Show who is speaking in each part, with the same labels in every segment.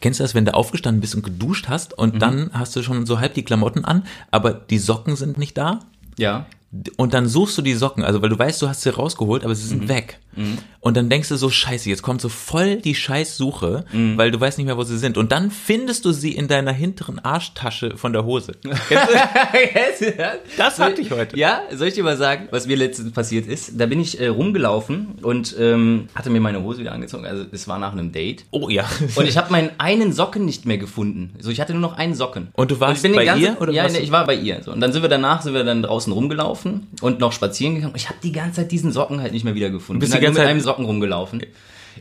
Speaker 1: Kennst du das, wenn du aufgestanden bist und geduscht hast und
Speaker 2: Mhm.
Speaker 1: dann hast du schon so halb die Klamotten an, aber die Socken sind nicht da?
Speaker 2: Ja.
Speaker 1: Und dann suchst du die Socken, also weil du weißt, du hast sie rausgeholt, aber sie sind
Speaker 2: Mhm.
Speaker 1: weg. Und dann denkst du so, scheiße, jetzt kommt so voll die Scheißsuche,
Speaker 2: Mhm.
Speaker 1: weil du weißt nicht mehr, wo sie sind. Und dann findest du sie in deiner hinteren Arschtasche von der Hose. Das hatte ich heute.
Speaker 2: Ja, soll ich dir mal sagen, was mir letztens passiert ist? Da bin ich äh, rumgelaufen und ähm, hatte mir meine Hose wieder angezogen. Also es war nach einem Date.
Speaker 1: Oh ja.
Speaker 2: Und ich habe meinen einen Socken nicht mehr gefunden. So, ich hatte nur noch einen Socken.
Speaker 1: Und du warst
Speaker 2: ich bin den
Speaker 1: bei
Speaker 2: ganzen-
Speaker 1: ihr, oder
Speaker 2: ja,
Speaker 1: warst
Speaker 2: nee,
Speaker 1: du-
Speaker 2: ich war bei ihr. So. Und dann sind wir danach, sind wir dann draußen rumgelaufen und noch spazieren gegangen. Und Ich habe die ganze Zeit diesen Socken halt nicht mehr wiedergefunden.
Speaker 1: Bist
Speaker 2: bin
Speaker 1: die ganze
Speaker 2: halt nur mit
Speaker 1: Zeit-
Speaker 2: einem Socken rumgelaufen.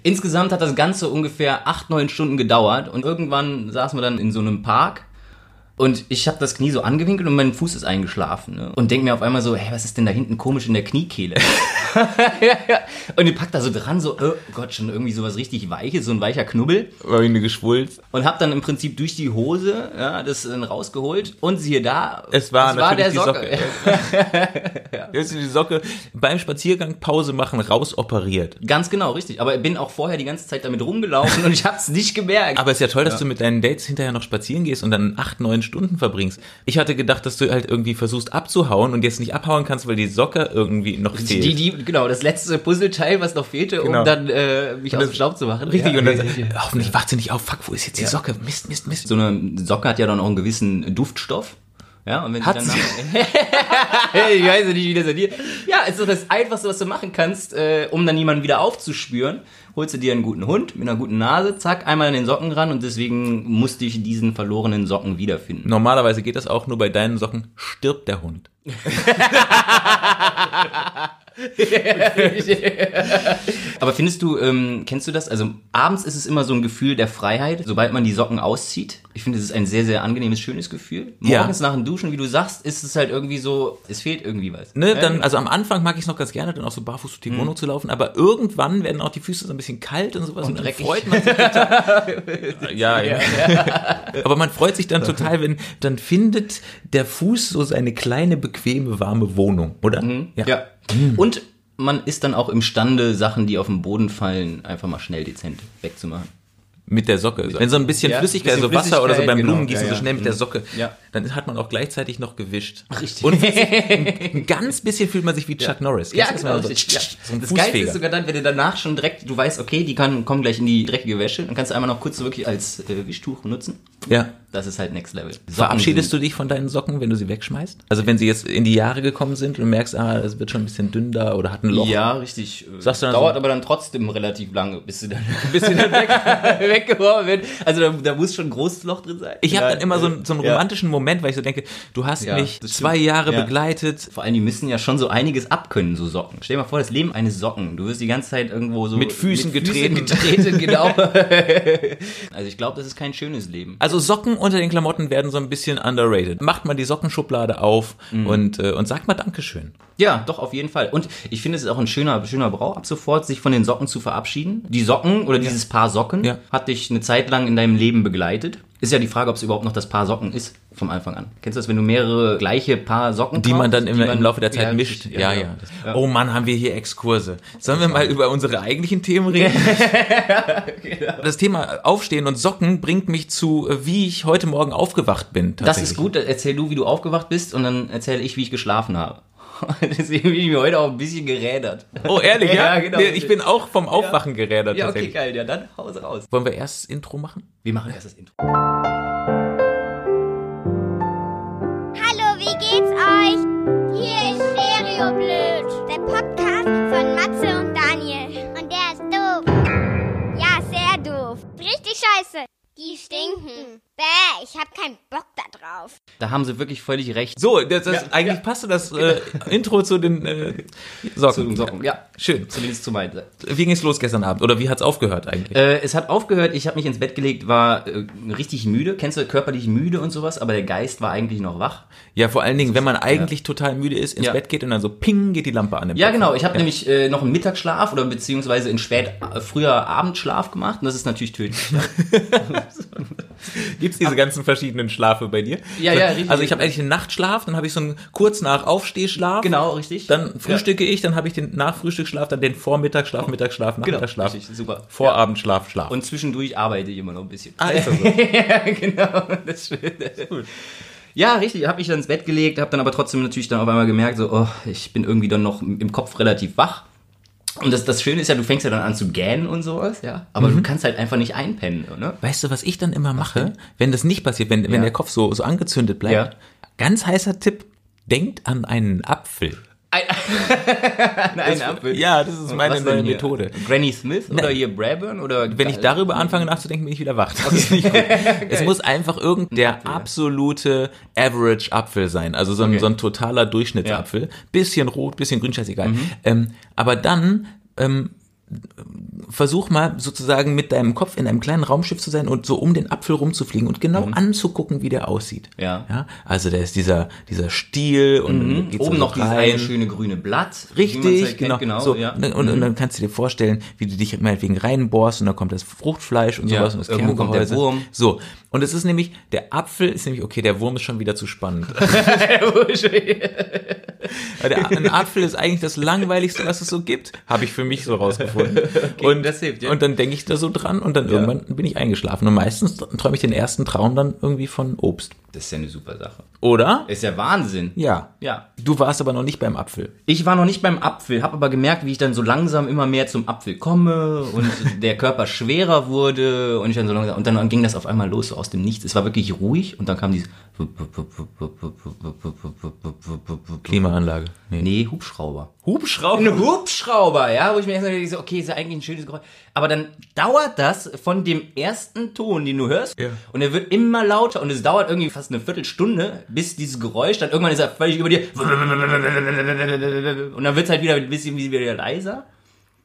Speaker 2: Insgesamt hat das Ganze ungefähr acht, neun Stunden gedauert. Und irgendwann saßen wir dann in so einem Park. Und ich habe das Knie so angewinkelt und mein Fuß ist eingeschlafen. Ne? Und denk mir auf einmal so, hey, was ist denn da hinten komisch in der Kniekehle? ja, ja. Und ich pack da so dran, so, oh Gott, schon irgendwie sowas richtig Weiches, so ein weicher Knubbel
Speaker 1: War irgendwie geschwulst.
Speaker 2: und habe dann im Prinzip durch die Hose ja, das dann rausgeholt und siehe da,
Speaker 1: Es war natürlich
Speaker 2: der
Speaker 1: die Socke. Jetzt ist die Socke beim Spaziergang Pause machen rausoperiert.
Speaker 2: Ganz genau, richtig. Aber ich bin auch vorher die ganze Zeit damit rumgelaufen und ich habe es nicht gemerkt.
Speaker 1: Aber es ist ja toll, dass du mit deinen Dates hinterher noch spazieren gehst und dann acht, neun Stunden verbringst. Ich hatte gedacht, dass du halt irgendwie versuchst abzuhauen und jetzt nicht abhauen kannst, weil die Socke irgendwie noch fehlt.
Speaker 2: die, die, genau, das letzte Puzzleteil, was noch fehlte,
Speaker 1: Genau.
Speaker 2: um dann äh, mich aus dem Staub zu machen.
Speaker 1: Richtig,
Speaker 2: Ja,
Speaker 1: und dann,
Speaker 2: richtig.
Speaker 1: hoffentlich wacht sie nicht auf, fuck, wo ist jetzt die Socke? Mist, Mist, Mist.
Speaker 2: So eine Socke hat ja dann auch einen gewissen Duftstoff. Ja, und wenn
Speaker 1: Hat
Speaker 2: sie dann nach, Ich weiß ja nicht, wie das an dir. Ja, es ist doch das Einfachste, was du machen kannst, äh, um dann jemanden wieder aufzuspüren. Holst du dir einen guten Hund mit einer guten Nase, zack, einmal an den Socken ran und deswegen musste ich diesen verlorenen Socken wiederfinden.
Speaker 1: Normalerweise geht das auch nur bei deinen Socken, stirbt der Hund.
Speaker 2: Aber findest du, ähm, kennst du das? Also abends ist es immer so ein Gefühl der Freiheit, sobald man die Socken auszieht. Ich finde, es ist ein sehr, sehr angenehmes, schönes Gefühl.
Speaker 1: Ja.
Speaker 2: Morgens nach dem Duschen, wie du sagst, ist es halt irgendwie so, es fehlt irgendwie was.
Speaker 1: Ne,
Speaker 2: Ja, Mhm.
Speaker 1: dann, also am Anfang mag ich es noch ganz gerne, dann auch so barfuß durch die Wohnung zu laufen, aber irgendwann werden auch die Füße so ein bisschen kalt und sowas und, dann
Speaker 2: dreckig.
Speaker 1: freut man sich total. ja, ja. aber man freut sich dann total, wenn dann findet der Fuß so seine kleine, bequeme, warme Wohnung, oder?
Speaker 2: Mhm. Ja. Und man ist dann auch imstande, Sachen, die auf den Boden fallen, einfach mal schnell dezent wegzumachen.
Speaker 1: Mit der Socke. Wenn so ein bisschen
Speaker 2: Ja,
Speaker 1: Flüssigkeit,
Speaker 2: bisschen
Speaker 1: so Wasser oder so beim
Speaker 2: Flüssigkeit, genau.
Speaker 1: Blumengießen
Speaker 2: Ja, ja.
Speaker 1: so schnell mit der Socke,
Speaker 2: Ja.
Speaker 1: dann hat man auch gleichzeitig noch gewischt.
Speaker 2: Richtig.
Speaker 1: Und ein ganz bisschen fühlt man sich wie Chuck Norris.
Speaker 2: Ja,
Speaker 1: Kennst du
Speaker 2: genau.
Speaker 1: das, wenn man
Speaker 2: richtig.
Speaker 1: So,
Speaker 2: Ja.
Speaker 1: so ein
Speaker 2: Das Geilste ist
Speaker 1: Fußfeger.
Speaker 2: sogar dann, wenn du danach schon direkt, du weißt, okay, die kann, kommen gleich in die dreckige Wäsche, dann kannst du einmal noch kurz so wirklich als äh, Wischtuch benutzen.
Speaker 1: Ja.
Speaker 2: Das ist halt Next Level. Socken
Speaker 1: Verabschiedest
Speaker 2: sind-
Speaker 1: du dich von deinen Socken, wenn du sie wegschmeißt? Also wenn sie jetzt in die Jahre gekommen sind und merkst, ah, es wird schon ein bisschen dünn da oder hat ein Loch.
Speaker 2: Ja, richtig. äh,
Speaker 1: Sagst du dann
Speaker 2: dauert
Speaker 1: so-
Speaker 2: aber dann trotzdem relativ lange, bis sie dann, bis sie dann weg, weggeworfen wird. Also da, da muss schon ein großes Loch drin sein.
Speaker 1: Ich habe
Speaker 2: Ja,
Speaker 1: dann immer so
Speaker 2: äh,
Speaker 1: einen, so einen
Speaker 2: ja.
Speaker 1: romantischen Moment, weil ich so denke, du hast
Speaker 2: Ja,
Speaker 1: mich
Speaker 2: das
Speaker 1: zwei
Speaker 2: stimmt.
Speaker 1: Jahre
Speaker 2: Ja.
Speaker 1: begleitet
Speaker 2: Vor allem, die müssen ja schon so einiges abkönnen, so Socken. Stell dir mal vor, das Leben eines Socken. Du wirst die ganze Zeit irgendwo so.
Speaker 1: Mit Füßen getreten.
Speaker 2: getreten, genau. also, ich glaube, das ist kein schönes Leben.
Speaker 1: Also Socken unter den Klamotten werden so ein bisschen underrated. Macht mal die Sockenschublade auf
Speaker 2: Mhm.
Speaker 1: und, äh, und sagt mal Dankeschön.
Speaker 2: Ja, doch, auf jeden Fall. Und ich finde, es ist auch ein schöner, schöner Brauch, ab sofort sich von den Socken zu verabschieden. Die Socken oder dieses Paar Socken
Speaker 1: Ja.
Speaker 2: hat dich eine Zeit lang in deinem Leben begleitet. Ist ja die Frage, ob es überhaupt noch das Paar Socken ist vom Anfang an. Kennst du das, wenn du mehrere gleiche Paar Socken
Speaker 1: Die man
Speaker 2: kaufst,
Speaker 1: dann im,
Speaker 2: man-
Speaker 1: im Laufe der Zeit
Speaker 2: Ja,
Speaker 1: mischt.
Speaker 2: richtig,
Speaker 1: Ja, ja.
Speaker 2: genau.
Speaker 1: Das- Oh Mann, haben wir hier Exkurse. Sollen wir mal über unsere eigentlichen Themen reden?
Speaker 2: Genau.
Speaker 1: Das Thema Aufstehen und Socken bringt mich zu, äh, wie ich heute Morgen aufgewacht bin.
Speaker 2: Das ist
Speaker 1: tatsächlich.
Speaker 2: gut, erzähl du, wie du aufgewacht bist und dann erzähle ich, wie ich geschlafen habe. Deswegen bin ich mir heute auch ein bisschen gerädert.
Speaker 1: Oh, ehrlich, ja?
Speaker 2: Ja, genau.
Speaker 1: Nee, Ich bin auch vom Aufwachen gerädert
Speaker 2: Ja, okay,
Speaker 1: tatsächlich.
Speaker 2: geil, ja, dann hau's raus.
Speaker 1: Wollen wir erst das Intro machen?
Speaker 2: Wir machen erst das Intro.
Speaker 3: Hallo, wie geht's euch? Hier ist Stereo Blöd. Der Podcast von Matze und Daniel. Und der ist doof. Ja, sehr doof. Richtig scheiße. Die stinken. Bäh, ich hab keinen Bock da drauf.
Speaker 2: Da haben sie wirklich völlig recht.
Speaker 1: So, das, das, eigentlich passte das äh, Intro zu den äh, Socken.
Speaker 2: Genau. Zu den Socken, ja.
Speaker 1: Schön.
Speaker 2: Zumindest zu meinen.
Speaker 1: Wie ging es los gestern Abend? Oder wie hat's aufgehört eigentlich?
Speaker 2: Äh, es hat aufgehört, ich habe mich ins Bett gelegt, war äh, richtig müde. Kennst du körperlich müde und sowas, aber der Geist war eigentlich noch wach.
Speaker 1: Ja, vor allen Dingen, wenn man eigentlich total müde ist, ins
Speaker 2: Ja.
Speaker 1: Bett geht und dann so ping geht die Lampe an. im
Speaker 2: Ja,
Speaker 1: Kopf.
Speaker 2: genau. Ich habe nämlich äh, noch einen Mittagsschlaf oder beziehungsweise einen spät äh, früher Abendschlaf gemacht und das ist natürlich tödlich.
Speaker 1: Gibt's diese ganzen verschiedenen Schlafe bei dir?
Speaker 2: Ja, ja, richtig.
Speaker 1: Also ich habe eigentlich einen Nachtschlaf, dann habe ich so einen kurz nach Aufstehschlaf.
Speaker 2: Genau, richtig.
Speaker 1: Dann frühstücke ich, dann habe ich den Nachfrühstücksschlaf, dann den Vormittagsschlaf, Mittagsschlaf,
Speaker 2: genau,
Speaker 1: Nachmittagsschlaf,
Speaker 2: richtig, super.
Speaker 1: Vorabendschlaf, Schlaf.
Speaker 2: Und zwischendurch arbeite ich immer noch ein bisschen.
Speaker 1: ah, ist das so?
Speaker 2: ja, genau. Das ist schön. Ja, richtig. Habe mich dann ins Bett gelegt, habe dann aber trotzdem natürlich dann auf einmal gemerkt, so, oh, ich bin irgendwie dann noch im Kopf relativ wach. Und das, das Schöne ist ja, du fängst ja dann an zu gähnen und sowas, ja. Aber du kannst halt einfach nicht einpennen, ne?
Speaker 1: Weißt du, was ich dann immer mache, wenn das nicht passiert, wenn, wenn
Speaker 2: Ja.
Speaker 1: der Kopf so, so angezündet bleibt?
Speaker 2: Ja.
Speaker 1: Ganz heißer Tipp, denkt an einen Apfel.
Speaker 2: Nein, Apfel.
Speaker 1: Ja, das ist meine
Speaker 2: Also Was denn
Speaker 1: neue
Speaker 2: hier?
Speaker 1: Methode.
Speaker 2: Granny Smith oder hier Braben oder
Speaker 1: Wenn ich darüber anfange nachzudenken, bin ich wieder wach. Das ist nicht gut. Es muss einfach irgendein der absolute Average Apfel sein. Also so ein,
Speaker 2: Okay.
Speaker 1: so ein totaler Durchschnittsapfel. Bisschen rot, bisschen grün, scheißegal.
Speaker 2: Mhm.
Speaker 1: Ähm, aber dann ähm, versuch mal sozusagen mit deinem Kopf in einem kleinen Raumschiff zu sein und so um den Apfel rumzufliegen und genau anzugucken, wie der aussieht.
Speaker 2: Mhm. Ja. Mhm.
Speaker 1: Also da ist dieser, dieser Stiel und dann geht's
Speaker 2: oben
Speaker 1: da so
Speaker 2: noch dieses eine schöne grüne Blatt. wie man's
Speaker 1: Richtig,
Speaker 2: erkennt,
Speaker 1: genau.
Speaker 2: also genau
Speaker 1: so,
Speaker 2: ja.
Speaker 1: und, und, und dann kannst du dir vorstellen, wie du dich meinetwegen reinbohrst und dann kommt das Fruchtfleisch und
Speaker 2: Ja,
Speaker 1: sowas und das
Speaker 2: irgendwo kommt der
Speaker 1: Kerngehäuse.
Speaker 2: Wurm.
Speaker 1: So. Und es ist nämlich, der Apfel ist nämlich, okay, der Wurm ist schon wieder zu spannend. Weil der, ein Apfel ist eigentlich das langweiligste, was es so gibt, habe ich für mich so rausgefunden. und,
Speaker 2: das hilft, ja.
Speaker 1: und dann denke ich da so dran und dann irgendwann bin ich eingeschlafen. Und meistens träume ich den ersten Traum dann irgendwie von Obst.
Speaker 2: Das ist ja eine super Sache.
Speaker 1: Oder?
Speaker 2: Ist ja Wahnsinn.
Speaker 1: Ja.
Speaker 2: Ja.
Speaker 1: Du warst aber noch nicht beim Apfel.
Speaker 2: Ich war noch nicht beim Apfel, habe aber gemerkt, wie ich dann so langsam immer mehr zum Apfel komme und der Körper schwerer wurde und ich dann so langsam und dann ging das auf einmal los so aus dem Nichts. Es war wirklich ruhig und dann kam dieses
Speaker 1: Klimaanlage. Nee.
Speaker 2: Nee, Hubschrauber.
Speaker 1: Hubschrauber.
Speaker 2: Ein Hubschrauber, ja, wo ich mir erstmal denke, so, okay, ist ja eigentlich ein schönes Geräusch. Aber dann dauert das von dem ersten Ton, den du hörst,
Speaker 1: Ja.
Speaker 2: und er wird immer lauter und es dauert irgendwie fast eine Viertelstunde, bis dieses Geräusch dann irgendwann ist er völlig über dir. Und dann wird es halt wieder ein bisschen wieder leiser.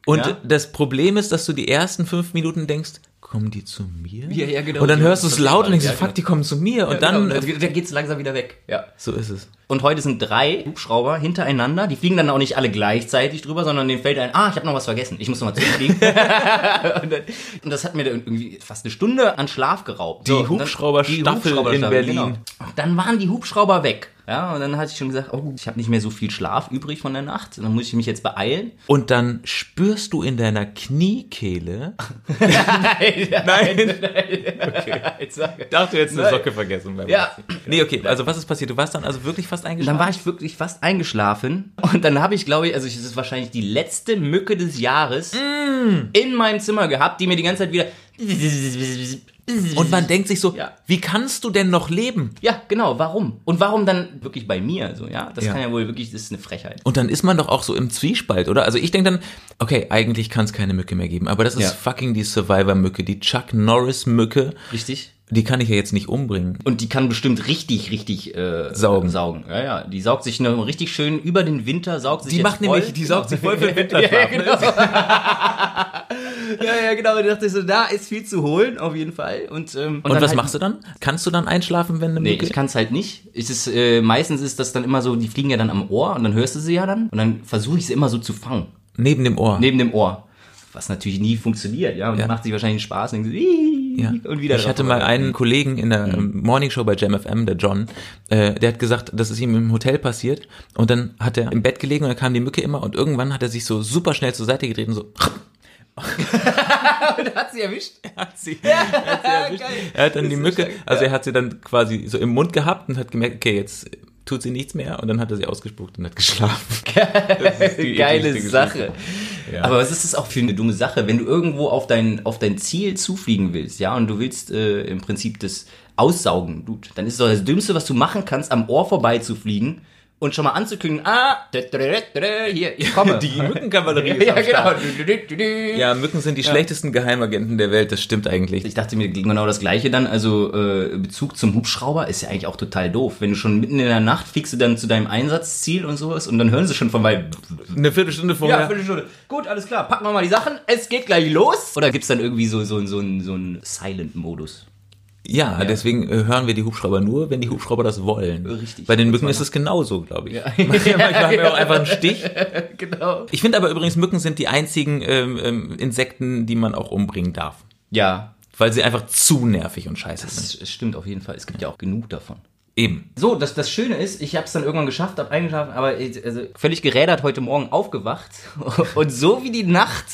Speaker 1: Und
Speaker 2: Ja.
Speaker 1: das Problem ist, dass du die ersten fünf Minuten denkst, kommen die zu mir?
Speaker 2: Ja, ja, genau.
Speaker 1: Und dann
Speaker 2: Die-
Speaker 1: hörst du es
Speaker 2: das
Speaker 1: laut
Speaker 2: war-
Speaker 1: und denkst,
Speaker 2: ja,
Speaker 1: fuck,
Speaker 2: genau.
Speaker 1: die kommen zu mir. Und dann,
Speaker 2: dann geht es langsam wieder weg. Ja.
Speaker 1: so ist es.
Speaker 2: Und heute sind
Speaker 1: Mhm.
Speaker 2: drei Hubschrauber hintereinander. Die fliegen dann auch nicht alle gleichzeitig drüber, sondern denen fällt ein, ah, ich habe noch was vergessen. Ich muss noch mal zurückfliegen. und, dann- und das hat mir dann irgendwie fast eine Stunde an Schlaf geraubt.
Speaker 1: Die
Speaker 2: und dann- genau.
Speaker 1: Hubschrauberstaffel in Berlin.
Speaker 2: Und Dann waren die Hubschrauber weg. Ja, und dann hatte ich schon gesagt, oh gut, ich habe nicht mehr so viel Schlaf übrig von der Nacht. Dann muss ich mich jetzt beeilen.
Speaker 1: Und dann spürst du in deiner Kniekehle.
Speaker 2: Nein.
Speaker 1: Dachte jetzt
Speaker 2: eine Socke
Speaker 1: vergessen.
Speaker 2: Ja.
Speaker 1: Ja. Nee, okay, also was ist passiert? Du warst dann also wirklich fast
Speaker 2: Dann
Speaker 1: eingeschlafen.
Speaker 2: war ich wirklich fast eingeschlafen und dann habe ich, glaube ich, also es ist wahrscheinlich die letzte Mücke des Jahres in meinem Zimmer gehabt, die mir die ganze Zeit wieder
Speaker 1: und man denkt sich so,
Speaker 2: Ja.
Speaker 1: wie kannst du denn noch leben?
Speaker 2: ja genau warum und warum dann wirklich bei mir so ja das
Speaker 1: Ja.
Speaker 2: kann ja wohl wirklich das ist eine Frechheit
Speaker 1: Und dann ist man doch auch so im Zwiespalt, oder? Also ich denke dann, okay, eigentlich kann es keine Mücke mehr geben, aber das ist
Speaker 2: Ja.
Speaker 1: fucking die Survivor-Mücke, die Chuck Norris-Mücke.
Speaker 2: richtig
Speaker 1: Die kann ich ja jetzt nicht umbringen.
Speaker 2: und die kann bestimmt richtig richtig äh,
Speaker 1: Saugen.
Speaker 2: saugen ja ja die saugt sich noch richtig schön über den Winter saugt sich
Speaker 1: Die
Speaker 2: jetzt
Speaker 1: macht
Speaker 2: voll.
Speaker 1: nämlich, die saugt sich voll für den Winterschlaf.
Speaker 2: Ja,
Speaker 1: ne?
Speaker 2: genau. ja, ja, genau. Und dachte ich so, da ist viel zu holen, auf jeden Fall. Und, ähm,
Speaker 1: Und, was
Speaker 2: halt,
Speaker 1: machst du dann? Kannst du dann einschlafen, wenn eine
Speaker 2: Nee,
Speaker 1: Mücke...
Speaker 2: ich kann es halt nicht. Es ist, äh, meistens ist das dann immer so, die fliegen ja dann am Ohr und dann hörst du sie ja dann. Und dann versuche ich sie immer so zu fangen.
Speaker 1: Neben dem Ohr.
Speaker 2: Neben dem Ohr. Was natürlich nie funktioniert, ja. Und
Speaker 1: Ja.
Speaker 2: macht sich wahrscheinlich Spaß und, denkt so, "Ii",
Speaker 1: Ja.
Speaker 2: und wieder
Speaker 1: ich
Speaker 2: drauf.
Speaker 1: hatte mal einen Kollegen in der ähm, Morning Show bei Jam FM, der John, äh, der hat gesagt, das ist ihm im Hotel passiert und dann hat er im Bett gelegen und dann kam die Mücke immer und irgendwann hat er sich so super schnell zur Seite gedreht und so
Speaker 2: Und hat sie erwischt.
Speaker 1: hat sie, hat sie erwischt. Er hat dann die Mücke, also er hat sie dann quasi so im Mund gehabt und hat gemerkt, okay, jetzt tut sie nichts mehr und dann hat er sie ausgespuckt und hat geschlafen. Das ist die
Speaker 2: Geile
Speaker 1: ekligste
Speaker 2: Sache.
Speaker 1: Geschichte. Ja.
Speaker 2: Aber was ist das auch für eine dumme Sache, wenn du irgendwo auf dein, auf dein Ziel zufliegen willst, ja, und du willst äh, im Prinzip das aussaugen, Dude, dann ist doch das Dümmste, was du machen kannst, am Ohr vorbei zu fliegen und schon mal anzukündigen, ah, da, da, da, da, da, hier, ich komme.
Speaker 1: die Mückenkavallerie ist
Speaker 2: ja,
Speaker 1: am Start.
Speaker 2: genau. Du, du, du, du.
Speaker 1: Ja, Mücken sind die schlechtesten Geheimagenten der Welt, das stimmt eigentlich.
Speaker 2: Ich dachte mir genau das Gleiche dann, also äh, Bezug zum Hubschrauber ist ja eigentlich auch total doof. Wenn du schon mitten in der Nacht fliegst du dann zu deinem Einsatzziel und sowas und dann hören sie schon von weit,
Speaker 1: Eine Viertelstunde vorher.
Speaker 2: Ja, Viertelstunde. Gut, alles klar. Packen wir mal die Sachen. Es geht gleich los. Oder gibt's dann irgendwie so, so, so, einen- so einen Silent-Modus?
Speaker 1: Ja, deswegen äh, hören wir die Hubschrauber nur, wenn die Hubschrauber das wollen.
Speaker 2: Richtig.
Speaker 1: Bei den Mücken ist es genauso, glaube ich.
Speaker 2: Ja.
Speaker 1: Manchmal haben wir auch einfach einen Stich.
Speaker 2: Genau.
Speaker 1: Ich finde aber übrigens, Mücken sind die einzigen ähm, ähm, Insekten, die man auch umbringen darf.
Speaker 2: Ja.
Speaker 1: Weil sie einfach zu nervig und scheiße sind.
Speaker 2: Das stimmt auf jeden Fall. Es gibt ja auch genug davon.
Speaker 1: Eben.
Speaker 2: So, das, das Schöne ist, ich habe es dann irgendwann geschafft, habe eingeschlafen, aber ich, also völlig gerädert heute Morgen aufgewacht. Und so wie die Nacht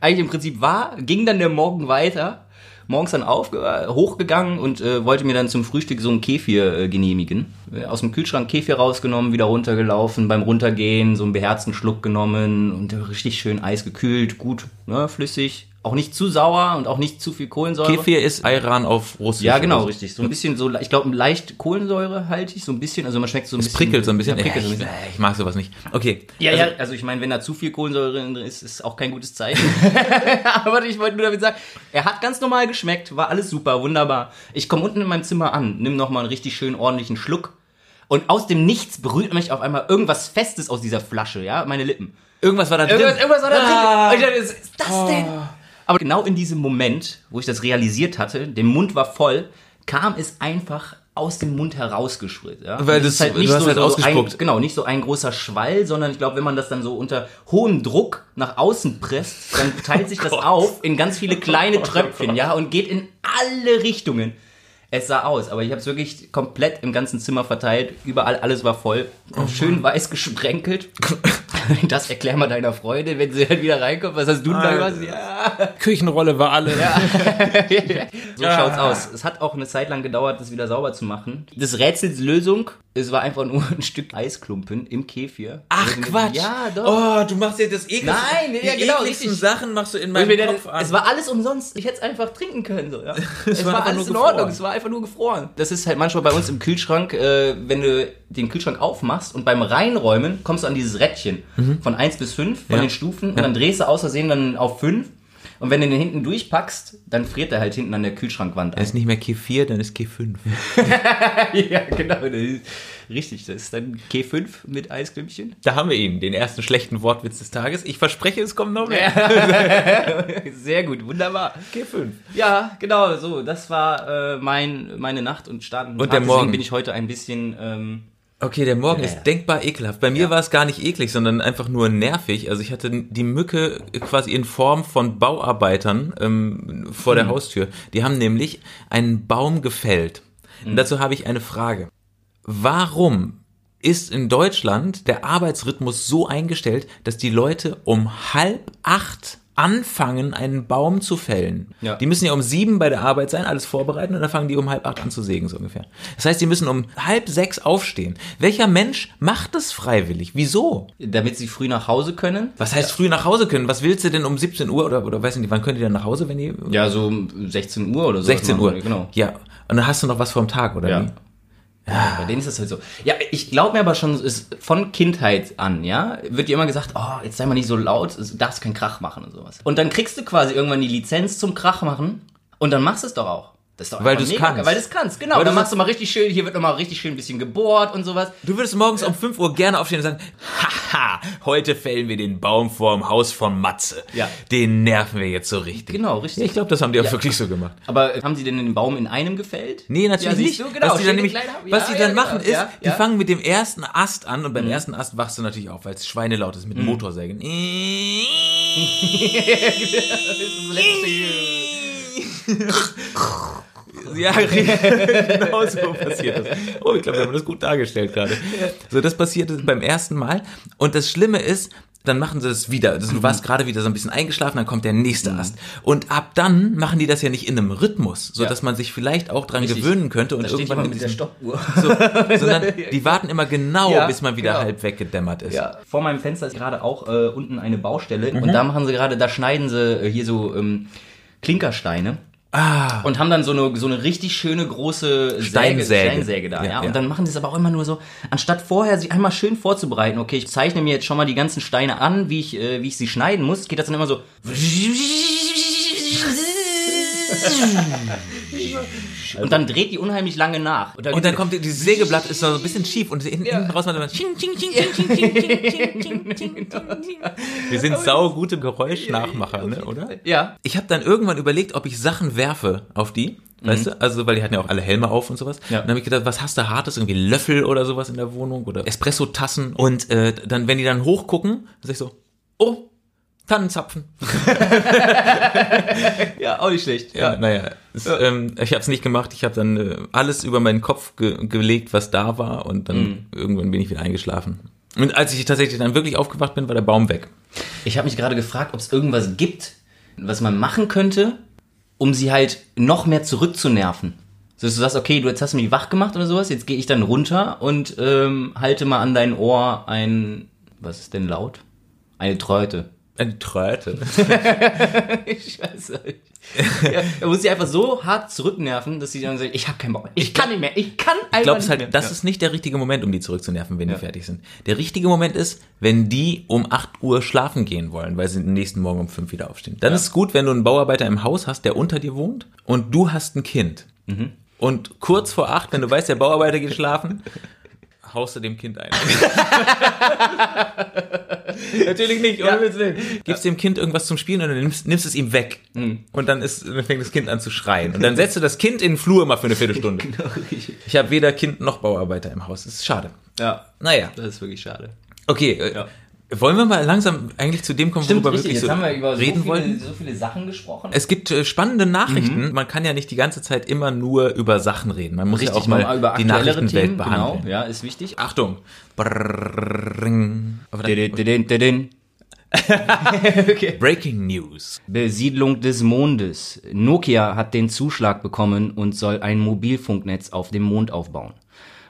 Speaker 2: eigentlich im Prinzip war, ging dann der Morgen weiter. Morgens dann aufge hochgegangen und äh, wollte mir dann zum Frühstück so einen Kefir äh, genehmigen. Äh, Aus dem Kühlschrank Kefir rausgenommen, wieder runtergelaufen, beim Runtergehen so einen beherzten Schluck genommen und richtig schön Eis gekühlt, gut, ne, flüssig. Auch nicht zu sauer und auch nicht zu viel Kohlensäure.
Speaker 1: Kefir ist Ayran auf Russisch.
Speaker 2: Ja, genau,
Speaker 1: Also,
Speaker 2: richtig. So ein bisschen so, ich glaube, leicht kohlensäurehaltig, so ein bisschen, also man schmeckt so ein
Speaker 1: Es
Speaker 2: bisschen.
Speaker 1: prickelt so ein bisschen.
Speaker 2: Ja, prickelt
Speaker 1: ich,
Speaker 2: so ein bisschen.
Speaker 1: ich mag sowas nicht. Okay.
Speaker 2: Ja,
Speaker 1: also,
Speaker 2: ja, also ich meine, wenn da zu viel Kohlensäure drin ist, ist auch kein gutes Zeichen. Aber ich wollte nur damit sagen, er hat ganz normal geschmeckt, war alles super, wunderbar. Ich komme unten in meinem Zimmer an, nimm nochmal einen richtig schönen ordentlichen Schluck und aus dem Nichts berührt mich auf einmal irgendwas Festes aus dieser Flasche, ja, meine Lippen.
Speaker 1: Irgendwas war da drin.
Speaker 2: Irgendwas, irgendwas war da
Speaker 1: Ah.
Speaker 2: drin. Und ich dachte, was ist das denn? Aber genau in diesem Moment, wo ich das realisiert hatte, der Mund war voll, kam es einfach aus dem Mund herausgespritzt. Ja?
Speaker 1: Weil
Speaker 2: Und es
Speaker 1: das- du hast halt ausgespuckt.
Speaker 2: ein, genau, nicht so ein großer Schwall, sondern ich glaube, wenn man das dann so unter hohem Druck nach außen presst, dann teilt
Speaker 1: Oh
Speaker 2: sich das auf in ganz viele kleine Tröpfchen, ja, und geht in alle Richtungen. Es sah aus, aber ich habe es wirklich komplett im ganzen Zimmer verteilt. Überall alles war voll,
Speaker 1: Oh
Speaker 2: schön weiß gesprenkelt. Das erklär mal deiner Freundin, wenn sie dann wieder reinkommt. Was hast du denn da
Speaker 1: Alter.
Speaker 2: gemacht? Ja.
Speaker 1: Küchenrolle war alle.
Speaker 2: So schaut's aus. Es hat auch eine Zeit lang gedauert, das wieder sauber zu machen. Des Rätsels Lösung, es war einfach nur ein Stück Eisklumpen im Kefir.
Speaker 1: Ach
Speaker 2: Also mit-
Speaker 1: Quatsch.
Speaker 2: Ja, doch.
Speaker 1: Oh, du machst jetzt das ekligste.
Speaker 2: Nein, ja,
Speaker 1: die
Speaker 2: genau,
Speaker 1: ekligsten
Speaker 2: richtig.
Speaker 1: Sachen machst du in
Speaker 2: Und
Speaker 1: meinem
Speaker 2: mir dann-
Speaker 1: Kopf an.
Speaker 2: es war alles umsonst. Ich hätte es einfach trinken können. So, ja. es
Speaker 1: war
Speaker 2: war,
Speaker 1: einfach
Speaker 2: alles
Speaker 1: nur
Speaker 2: in Ordnung.
Speaker 1: gefroren.
Speaker 2: Es war einfach nur gefroren. Das ist halt manchmal bei uns im Kühlschrank, äh, wenn du den Kühlschrank aufmachst und beim Reinräumen kommst du an dieses Rädchen von 1 bis 5 von
Speaker 1: Ja.
Speaker 2: den Stufen und dann drehst du aus Versehen dann auf 5. Und wenn du den hinten durchpackst, dann friert er halt hinten an der Kühlschrankwand.
Speaker 1: Dann ist nicht mehr K4, dann ist K5.
Speaker 2: ja, genau. das ist- Richtig, das ist dann K5 mit Eisklümpchen.
Speaker 1: Da haben wir ihn, den ersten schlechten Wortwitz des Tages. Ich verspreche, es kommen noch mehr.
Speaker 2: Sehr gut, wunderbar.
Speaker 1: K5.
Speaker 2: Ja, genau, so. Das war äh, mein, meine Nacht und Start.
Speaker 1: Und
Speaker 2: Tag.
Speaker 1: der Morgen.
Speaker 2: Deswegen bin ich heute ein bisschen. Ähm,
Speaker 1: Okay, der Morgen
Speaker 2: Ja,
Speaker 1: ist
Speaker 2: ja.
Speaker 1: denkbar ekelhaft. Bei mir war es gar nicht eklig, sondern einfach nur nervig. Also ich hatte die Mücke quasi in Form von Bauarbeitern ähm, vor
Speaker 2: Mhm.
Speaker 1: der Haustür. Die haben nämlich einen Baum gefällt.
Speaker 2: Mhm.
Speaker 1: Und dazu habe ich eine Frage. Warum ist in Deutschland der Arbeitsrhythmus so eingestellt, dass die Leute um halb acht anfangen, einen Baum zu fällen.
Speaker 2: Ja.
Speaker 1: Die müssen ja um sieben bei der Arbeit sein, alles vorbereiten und dann fangen die um halb acht an zu sägen, so ungefähr. Das heißt, die müssen um halb sechs aufstehen. Welcher Mensch macht das freiwillig? Wieso?
Speaker 2: damit sie früh nach Hause können.
Speaker 1: Was heißt früh nach Hause können? Was willst du denn um 17 Uhr oder, oder weiß ich nicht, wann könnt ihr denn nach Hause, wenn ihr...
Speaker 2: Ja, so um 16 Uhr oder so.
Speaker 1: 16 Uhr.
Speaker 2: Genau.
Speaker 1: Ja. Und dann hast du noch was vom Tag, oder
Speaker 2: Ja.
Speaker 1: wie?
Speaker 2: Bei denen ist das halt so. Ja, ich glaube mir aber schon, es ist von Kindheit an, ja, wird dir immer gesagt, oh, jetzt sei mal nicht so laut, du darfst keinen Krach machen und sowas. Und dann kriegst du quasi irgendwann die Lizenz zum Krach machen und dann machst du es doch auch. Das ist doch
Speaker 1: Weil
Speaker 2: einfach
Speaker 1: du's
Speaker 2: mega
Speaker 1: kannst.
Speaker 2: geil, Weil du es kannst, genau.
Speaker 1: Weil
Speaker 2: Weil dann
Speaker 1: du-
Speaker 2: machst du mal richtig schön, hier wird nochmal richtig schön ein bisschen gebohrt und sowas.
Speaker 1: Du würdest morgens um 5 Uhr gerne aufstehen und sagen, haha, heute fällen wir den Baum vorm Haus von Matze.
Speaker 2: Ja.
Speaker 1: Den nerven wir jetzt so richtig.
Speaker 2: Genau,
Speaker 1: Ja,
Speaker 2: richtig.
Speaker 1: ich glaube, das haben die auch wirklich so gemacht.
Speaker 2: Aber äh, haben sie denn den Baum in einem gefällt?
Speaker 1: Nee, natürlich
Speaker 2: ja,
Speaker 1: nicht.
Speaker 2: siehst Du, genau,
Speaker 1: was die dann
Speaker 2: schöne
Speaker 1: nämlich,
Speaker 2: kleine Haube.
Speaker 1: was
Speaker 2: Ja,
Speaker 1: die dann
Speaker 2: ja,
Speaker 1: machen ist,
Speaker 2: genau. ja,
Speaker 1: die
Speaker 2: ja. Mhm.
Speaker 1: fangen mit dem ersten Ast an und beim ersten Ast wachst du natürlich auf, weil es schweinelaut ist mit Motorsägen.
Speaker 2: Das letzte-
Speaker 1: Ja, genau so passiert das. Oh, ich glaube, wir haben das gut dargestellt gerade. So, das passiert beim ersten Mal. Und das Schlimme ist, dann machen sie das wieder. Also, Du
Speaker 2: Mhm.
Speaker 1: warst gerade wieder so ein bisschen eingeschlafen, dann kommt der nächste Ast. Und ab dann machen die das ja nicht in einem Rhythmus, so
Speaker 2: Ja.
Speaker 1: dass man sich vielleicht auch dran
Speaker 2: Richtig.
Speaker 1: gewöhnen könnte und
Speaker 2: Da steht
Speaker 1: irgendwann
Speaker 2: jemand
Speaker 1: in
Speaker 2: mit der
Speaker 1: diesem,
Speaker 2: Stoppuhr.
Speaker 1: so, sondern die warten immer genau,
Speaker 2: Ja,
Speaker 1: bis man wieder
Speaker 2: genau.
Speaker 1: halb weggedämmert ist.
Speaker 2: Ja, vor meinem Fenster ist gerade auch äh, unten eine Baustelle
Speaker 1: Mhm.
Speaker 2: und da machen sie gerade, da schneiden sie äh, hier so ähm, Klinkersteine.
Speaker 1: Ah.
Speaker 2: Und haben dann so eine, so eine richtig schöne große Säge,
Speaker 1: Steinsäge.
Speaker 2: Steinsäge da, ja,
Speaker 1: Ja, ja.
Speaker 2: Und dann machen sie es aber auch immer nur so, anstatt vorher sich einmal schön vorzubereiten, okay, ich zeichne mir jetzt schon mal die ganzen Steine an, wie ich, äh, wie ich sie schneiden muss, geht das dann immer so. Und dann dreht die unheimlich lange nach.
Speaker 1: Also Und dann kommt die- dieses Sägeblatt ist noch so ein bisschen schief und hinten, hinten raus macht man ching, ching, ching, ching, ching, ching, ching, ching, ching, ching, ching. Genau. Wir sind saugute Geräuschnachmacher, ne, oder?
Speaker 2: Ja.
Speaker 1: Ich habe dann irgendwann überlegt, ob ich Sachen werfe auf die. Weißt du, also weil die hatten ja auch alle Helme auf und sowas.
Speaker 2: Ja.
Speaker 1: Und dann habe ich gedacht, was hast du hartes, irgendwie Löffel oder sowas in der Wohnung oder Espresso-Tassen. Und äh, dann, wenn die dann hochgucken, dann sag ich so, oh, Tannenzapfen.
Speaker 2: Ja, auch nicht schlecht.
Speaker 1: Ja, Äh, naja. Es, Ähm, ich habe es nicht gemacht. Ich habe dann äh, alles über meinen Kopf ge gelegt, was da war. Und dann irgendwann bin ich wieder eingeschlafen. Und als ich tatsächlich dann wirklich aufgewacht bin, war der Baum weg.
Speaker 2: Ich habe mich gerade gefragt, ob es irgendwas gibt, was man machen könnte, um sie halt noch mehr zurückzunerven. So, dass du sagst, okay, du jetzt hast du mich wach gemacht oder sowas, jetzt gehe ich dann runter und ähm, halte mal an dein Ohr ein, was ist denn laut? Eine Tröte.
Speaker 1: Eine Tröte.
Speaker 2: Ich weiß nicht. Ja, er muss sie einfach so hart zurücknerven, dass sie dann sagt, ich habe keinen Bock mehr. Ich kann nicht mehr. Ich kann einfach
Speaker 1: Ich glaube
Speaker 2: nicht mehr.
Speaker 1: halt, das
Speaker 2: Ja.
Speaker 1: ist nicht der richtige Moment, um die zurückzunerven, wenn die fertig sind. Der richtige Moment ist, wenn die um 8 Uhr schlafen gehen wollen, weil sie den nächsten Morgen um 5 wieder aufstehen. Dann ist gut, wenn du einen Bauarbeiter im Haus hast, der unter dir wohnt und du hast ein Kind. Und kurz vor 8, wenn du weißt, der Bauarbeiter geht schlafen, haust du dem Kind ein. Natürlich nicht, oder? Gibst dem Kind irgendwas zum Spielen und dann nimmst, nimmst es ihm weg.
Speaker 2: Mhm.
Speaker 1: Und dann, ist, dann fängt das Kind an zu schreien. Und dann setzt du das Kind in den Flur mal für eine Viertelstunde. Ich habe weder Kind noch Bauarbeiter im Haus. Das ist schade.
Speaker 2: Ja,
Speaker 1: Naja,
Speaker 2: das ist wirklich schade.
Speaker 1: okay. Äh,
Speaker 2: Ja.
Speaker 1: Wollen wir mal langsam eigentlich zu dem kommen,
Speaker 2: Stimmt,
Speaker 1: worüber
Speaker 2: richtig.
Speaker 1: wirklich
Speaker 2: Jetzt
Speaker 1: so
Speaker 2: haben wir über so
Speaker 1: reden
Speaker 2: viele,
Speaker 1: wollten?
Speaker 2: so viele Sachen gesprochen.
Speaker 1: Es gibt äh, spannende Nachrichten.
Speaker 2: Mhm.
Speaker 1: Man kann ja nicht die ganze Zeit immer nur über Sachen reden. Man muss ja auch mal, die Nachrichtenwelt behandeln.
Speaker 2: Genau, ja, ist wichtig.
Speaker 1: Achtung. Brrrring. Aber dann- Breaking News.
Speaker 2: Besiedlung des Mondes. Nokia hat den Zuschlag bekommen und soll ein Mobilfunknetz auf dem Mond aufbauen.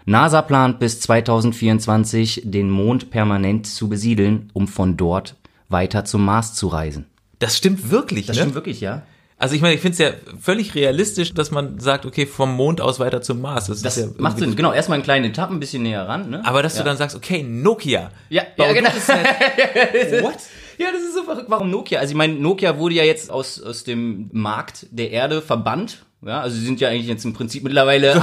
Speaker 2: NASA plant bis 2024 den Mond permanent zu besiedeln, um von dort weiter zum Mars zu reisen.
Speaker 1: Das stimmt wirklich, ne?
Speaker 2: wirklich, ja?
Speaker 1: Also ich meine, ich finde es ja völlig realistisch, dass man sagt, okay, vom Mond aus weiter zum Mars. Das,
Speaker 2: Das
Speaker 1: ist ja
Speaker 2: macht
Speaker 1: irgendwie-
Speaker 2: Sinn. Genau, erstmal in kleinen Etappen, ein bisschen näher ran. Ne?
Speaker 1: Aber dass
Speaker 2: ja.
Speaker 1: du dann sagst, okay, Nokia.
Speaker 2: Ja,
Speaker 1: Bau
Speaker 2: ja
Speaker 1: du
Speaker 2: genau.
Speaker 1: das Netz. What?
Speaker 2: Ja, das ist so verrückt. Warum Nokia? Also ich meine, Nokia wurde ja jetzt aus, aus dem Markt der Erde verbannt. Ja, also sie sind ja eigentlich jetzt im Prinzip mittlerweile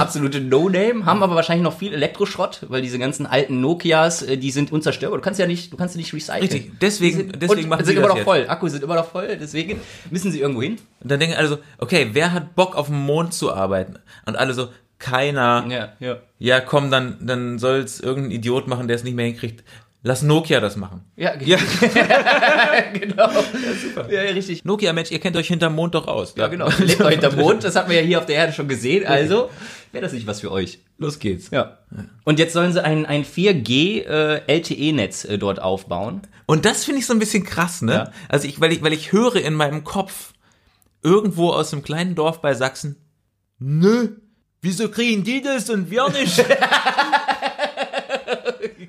Speaker 2: absolute No-Name, haben aber wahrscheinlich noch viel Elektroschrott, weil diese ganzen alten Nokias, äh, die sind unzerstörbar. Du kannst ja nicht, du kannst sie nicht recyceln.
Speaker 1: Richtig. Deswegen-
Speaker 2: Die sind,
Speaker 1: deswegen
Speaker 2: und
Speaker 1: machen
Speaker 2: sind
Speaker 1: sie
Speaker 2: immer
Speaker 1: das
Speaker 2: noch
Speaker 1: jetzt.
Speaker 2: voll. Akkus sind immer noch voll, deswegen müssen sie irgendwo hin.
Speaker 1: Und dann denke ich also, okay, wer hat Bock auf dem Mond zu arbeiten? Und alle so, keiner. Ja,
Speaker 2: Ja, ja.
Speaker 1: komm, dann, dann soll's irgendein Idiot machen, der es nicht mehr hinkriegt. Lass Nokia das machen.
Speaker 2: Ja, ja. genau. Ja, super. ja, richtig.
Speaker 1: Nokia, Mensch, ihr kennt euch hinterm Mond doch aus.
Speaker 2: Ja, genau. Lebt doch hinterm Mond, das hatten wir ja hier auf der Erde schon gesehen, also wäre das nicht was für euch.
Speaker 1: Los geht's.
Speaker 2: Ja. Und jetzt sollen sie ein, ein 4G äh, LTE-Netz äh, dort aufbauen.
Speaker 1: Und das finde ich so ein bisschen krass, ne?
Speaker 2: Ja.
Speaker 1: Also ich, weil ich, weil ich höre in meinem Kopf irgendwo aus einem kleinen Dorf bei Sachsen, nö, wieso kriegen die das und wir nicht?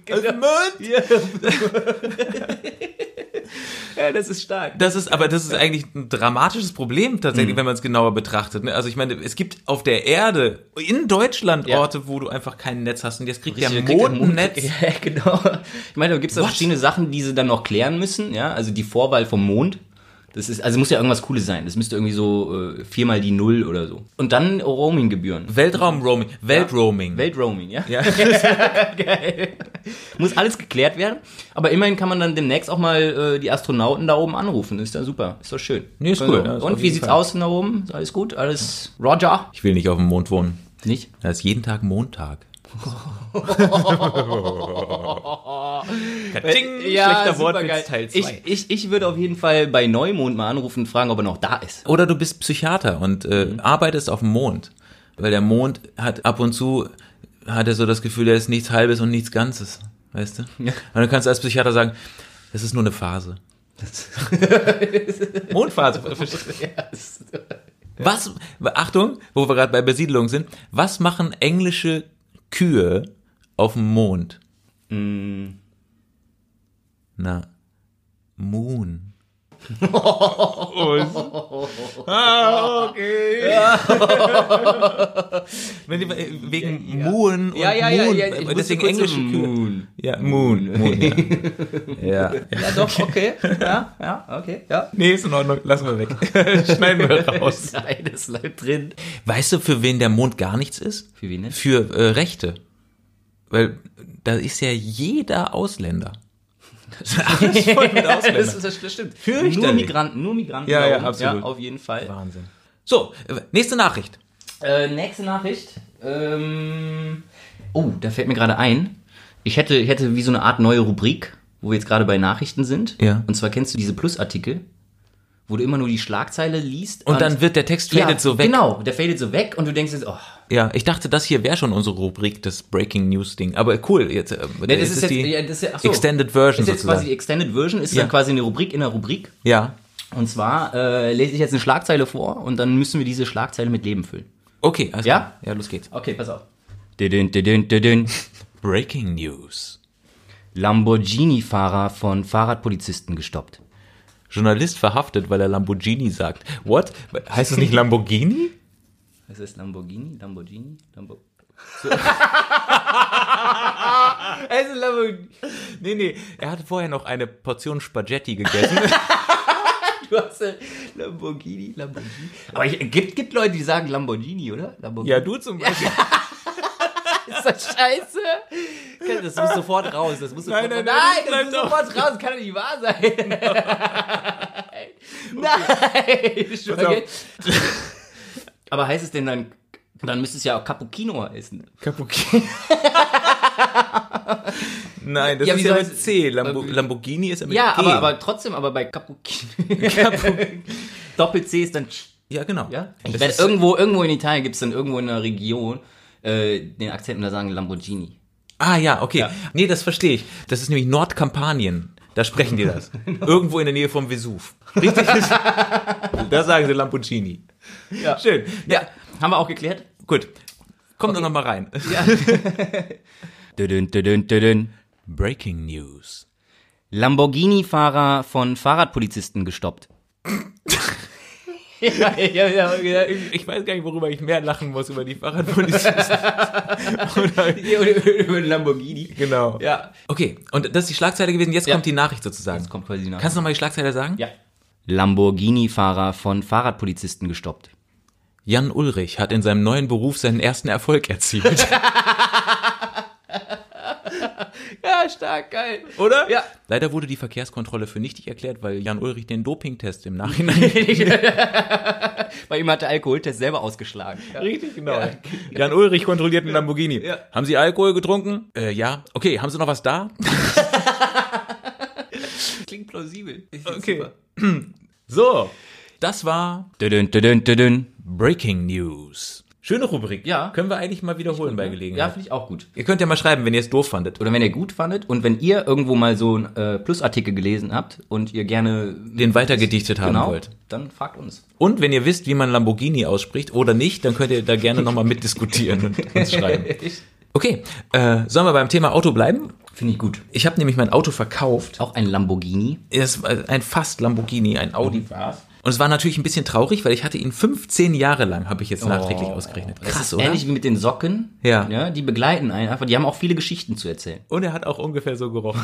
Speaker 2: Genau.
Speaker 1: Also Mond?
Speaker 2: Ja, das ist stark.
Speaker 1: Das ist, aber das ist eigentlich ein dramatisches Problem
Speaker 2: Mhm.
Speaker 1: tatsächlich, wenn man es genauer betrachtet. Ne? Also ich meine, es gibt auf der Erde, in Deutschland
Speaker 2: Ja.
Speaker 1: Orte, wo du einfach kein Netz hast und jetzt kriegt
Speaker 2: Richtig,
Speaker 1: der
Speaker 2: kriegt
Speaker 1: Mond
Speaker 2: ein
Speaker 1: ein Netz.
Speaker 2: Ja, genau. Ich meine, da gibt es
Speaker 1: What?
Speaker 2: verschiedene Sachen, die sie dann noch klären müssen. Ja, also die Vorwahl vom Mond. Das ist, also muss ja irgendwas Cooles sein. Das müsste irgendwie so äh, viermal die Null oder so. Und dann Roaming-Gebühren.
Speaker 1: Weltraum-Roaming, Weltroaming.
Speaker 2: Weltroaming, ja?
Speaker 1: Ja.
Speaker 2: Muss alles geklärt werden. Aber immerhin kann man dann demnächst auch mal äh, die Astronauten da oben anrufen. Ist ja super. Ist doch schön.
Speaker 1: Nee, ist
Speaker 2: Können
Speaker 1: cool.
Speaker 2: wir-
Speaker 1: Ja, ist auf
Speaker 2: Und wie
Speaker 1: jeden
Speaker 2: sieht's
Speaker 1: Fall.
Speaker 2: aus da oben? Ist alles gut? Alles Roger?
Speaker 1: Ich will nicht auf dem Mond wohnen.
Speaker 2: Nicht?
Speaker 1: Da ist jeden Tag Montag.
Speaker 2: Äh,
Speaker 1: Kating, schlechter Wortwitz Teil
Speaker 2: Ich,
Speaker 1: zwei.
Speaker 2: ich, ich würde auf jeden Fall bei Neumond mal anrufen und fragen, ob er noch da ist.
Speaker 1: Oder du bist Psychiater und äh, arbeitest auf dem Mond, weil der Mond hat ab und zu hat er so das Gefühl, er ist nichts Halbes und nichts Ganzes, weißt du?
Speaker 2: Ja.
Speaker 1: Und dann kannst du als Psychiater sagen, das ist nur eine Phase. Mondphase. Was? Achtung, wo wir gerade bei Besiedelung sind. Was machen englische Kühe auf dem Mond? Mm. Na, Moon. Ah, Wenn die, äh, wegen Moon und Moon, äh, deswegen englische Kühe.
Speaker 2: Moon.
Speaker 1: Ja, Moon, Moon, ja. ja.
Speaker 2: Ja, doch, okay. ja, ja, okay, ja.
Speaker 1: Nee, ist in Ordnung, lassen wir weg. Schneiden wir raus.
Speaker 2: Nein, das bleibt drin.
Speaker 1: Weißt du, für wen der Mond gar nichts ist?
Speaker 2: Für wen denn?
Speaker 1: Für äh, Rechte. Weil da ist ja jeder Ausländer. Alles voll mit
Speaker 2: Das,
Speaker 1: Ausländern.
Speaker 2: ist- das stimmt.
Speaker 1: Fürchterlich.
Speaker 2: Nur Migranten, nur Migranten.
Speaker 1: Ja,
Speaker 2: da
Speaker 1: ja,
Speaker 2: oben.
Speaker 1: absolut.
Speaker 2: Ja, auf jeden Fall.
Speaker 1: Wahnsinn. So, äh, nächste Nachricht.
Speaker 2: Äh, nächste Nachricht. Ähm, oh, da fällt mir gerade ein. Ich hätte, ich hätte wie so eine Art neue Rubrik. wo wir jetzt gerade bei Nachrichten sind.
Speaker 1: Ja.
Speaker 2: Und zwar kennst du diese Plusartikel, wo du immer nur die Schlagzeile liest.
Speaker 1: Und dann wird der Text fadet
Speaker 2: ja,
Speaker 1: so weg.
Speaker 2: Genau, der fadet so weg und du denkst jetzt, oh,
Speaker 1: Ja, ich dachte, das hier wäre schon unsere Rubrik, das Breaking News Ding. Aber cool, jetzt, äh,
Speaker 2: Ja,
Speaker 1: ist, es die
Speaker 2: ja, das ist ja- ach so.
Speaker 1: Extended Version
Speaker 2: ist jetzt quasi
Speaker 1: sozusagen.
Speaker 2: die Extended Version, ist
Speaker 1: Ja.
Speaker 2: dann quasi eine Rubrik in der Rubrik.
Speaker 1: Ja.
Speaker 2: Und zwar äh, lese ich jetzt eine Schlagzeile vor und dann müssen wir diese Schlagzeile mit Leben füllen.
Speaker 1: Okay, alles
Speaker 2: Ja?
Speaker 1: klar. Ja, los geht's.
Speaker 2: Okay, pass auf. Didün, didün, didün.
Speaker 1: Breaking News.
Speaker 2: Lamborghini-Fahrer von Fahrradpolizisten gestoppt.
Speaker 1: Journalist verhaftet, weil er Lamborghini sagt. What? Heißt es nicht Lamborghini?
Speaker 2: Was ist Lamborghini? Lamborghini? Lambo
Speaker 1: Es ist Lamborghini. Nee, nee. Er hatte vorher noch eine Portion Spaghetti gegessen.
Speaker 2: du hast äh, Lamborghini, Lamborghini. Aber ich, gibt, gibt Leute, die sagen Lamborghini, oder? Lamborghini.
Speaker 1: ja, du zum Beispiel.
Speaker 2: Ist das scheiße? Das muss sofort raus. Das muss
Speaker 1: Nein,
Speaker 2: sofort
Speaker 1: nein, nein,
Speaker 2: nein, das muss
Speaker 1: bleib
Speaker 2: sofort raus. Das kann doch nicht wahr sein. Nein. Spaghetti. Aber heißt es denn dann, dann müsste es ja auch Cappuccino heißen.
Speaker 1: Cappuccino. Nein, das
Speaker 2: Ja,
Speaker 1: ist
Speaker 2: wie
Speaker 1: ja
Speaker 2: soll
Speaker 1: mit
Speaker 2: es-
Speaker 1: C. Lambo
Speaker 2: Ähm,
Speaker 1: Lamborghini ist ja mit
Speaker 2: Ja,
Speaker 1: G.
Speaker 2: aber, aber trotzdem, aber bei Cappuccino. Doppel-C ist dann...
Speaker 1: ja, genau.
Speaker 2: Ja?
Speaker 1: Das
Speaker 2: Ich werde
Speaker 1: ist-
Speaker 2: irgendwo, irgendwo in Italien gibt es dann irgendwo in einer Region äh, den Akzent und da sagen Lamborghini.
Speaker 1: Ah ja, okay.
Speaker 2: Ja.
Speaker 1: Nee, das verstehe ich. Das ist nämlich Nordkampanien. Da sprechen die das. Irgendwo in der Nähe vom Vesuv. Richtig? da sagen sie Lamborghini.
Speaker 2: Ja.
Speaker 1: Schön. Ja,
Speaker 2: Haben wir auch geklärt?
Speaker 1: gut. Kommt doch noch mal rein.
Speaker 2: Dödön, dödön, dödön.
Speaker 1: Breaking News.
Speaker 2: Lamborghini-Fahrer von Fahrradpolizisten gestoppt. ja, ja, ja, ja.
Speaker 1: Ich weiß gar nicht, worüber ich mehr lachen muss, über die Fahrradpolizisten. Oder,
Speaker 2: Über den Lamborghini.
Speaker 1: genau.
Speaker 2: Ja.
Speaker 1: Okay, und das ist die Schlagzeile gewesen. Jetzt
Speaker 2: Ja.
Speaker 1: kommt die Nachricht sozusagen.
Speaker 2: Jetzt kommt quasi nach.
Speaker 1: Kannst du nochmal die Schlagzeile sagen?
Speaker 2: ja. Lamborghini-Fahrer von Fahrradpolizisten gestoppt.
Speaker 1: Jan Ulrich hat in seinem neuen Beruf seinen ersten Erfolg erzielt.
Speaker 2: Ja, stark, geil.
Speaker 1: Oder?
Speaker 2: Ja.
Speaker 1: Leider wurde die Verkehrskontrolle für nichtig erklärt, weil Jan Ulrich den Dopingtest im Nachhinein.
Speaker 2: Bei ihm hat der Alkoholtest selber ausgeschlagen. Ja.
Speaker 1: Richtig, genau. Jan Ulrich kontrolliert einen Lamborghini.
Speaker 2: Ja.
Speaker 1: Haben Sie Alkohol getrunken? Äh, ja. Okay, haben Sie noch was da?
Speaker 2: Klingt plausibel.
Speaker 1: So, das war
Speaker 2: Dödön, dödön, dödön.
Speaker 1: Breaking News. Schöne Rubrik.
Speaker 2: Ja.
Speaker 1: Können wir eigentlich mal wiederholen bei
Speaker 2: Ja,
Speaker 1: Gelegenheit.
Speaker 2: finde ich auch gut.
Speaker 1: Ihr könnt ja mal schreiben, wenn ihr es doof fandet.
Speaker 2: Oder wenn ihr gut fandet und wenn ihr irgendwo mal so einen äh, Plusartikel gelesen habt und ihr gerne
Speaker 1: Den weitergedichtet haben
Speaker 2: genau,
Speaker 1: wollt.
Speaker 2: dann fragt uns.
Speaker 1: Und wenn ihr wisst, wie man Lamborghini ausspricht oder nicht, dann könnt ihr da gerne nochmal mitdiskutieren und uns schreiben. Okay, äh, sollen wir beim Thema Auto bleiben?
Speaker 2: Finde ich gut.
Speaker 1: Ich habe nämlich mein Auto verkauft.
Speaker 2: Auch ein Lamborghini.
Speaker 1: Es war ein fast Lamborghini, ein Audi
Speaker 2: Mhm.
Speaker 1: war es. Und es war natürlich ein bisschen traurig, weil ich hatte ihn 15 Jahre lang, habe ich jetzt nachträglich ausgerechnet.
Speaker 2: Oh. Das
Speaker 1: Krass,
Speaker 2: ist
Speaker 1: oder?
Speaker 2: Ähnlich wie mit den Socken.
Speaker 1: Ja.
Speaker 2: ja. Die begleiten einen einfach. Die haben auch viele Geschichten zu erzählen.
Speaker 1: Und er hat auch ungefähr so gerochen.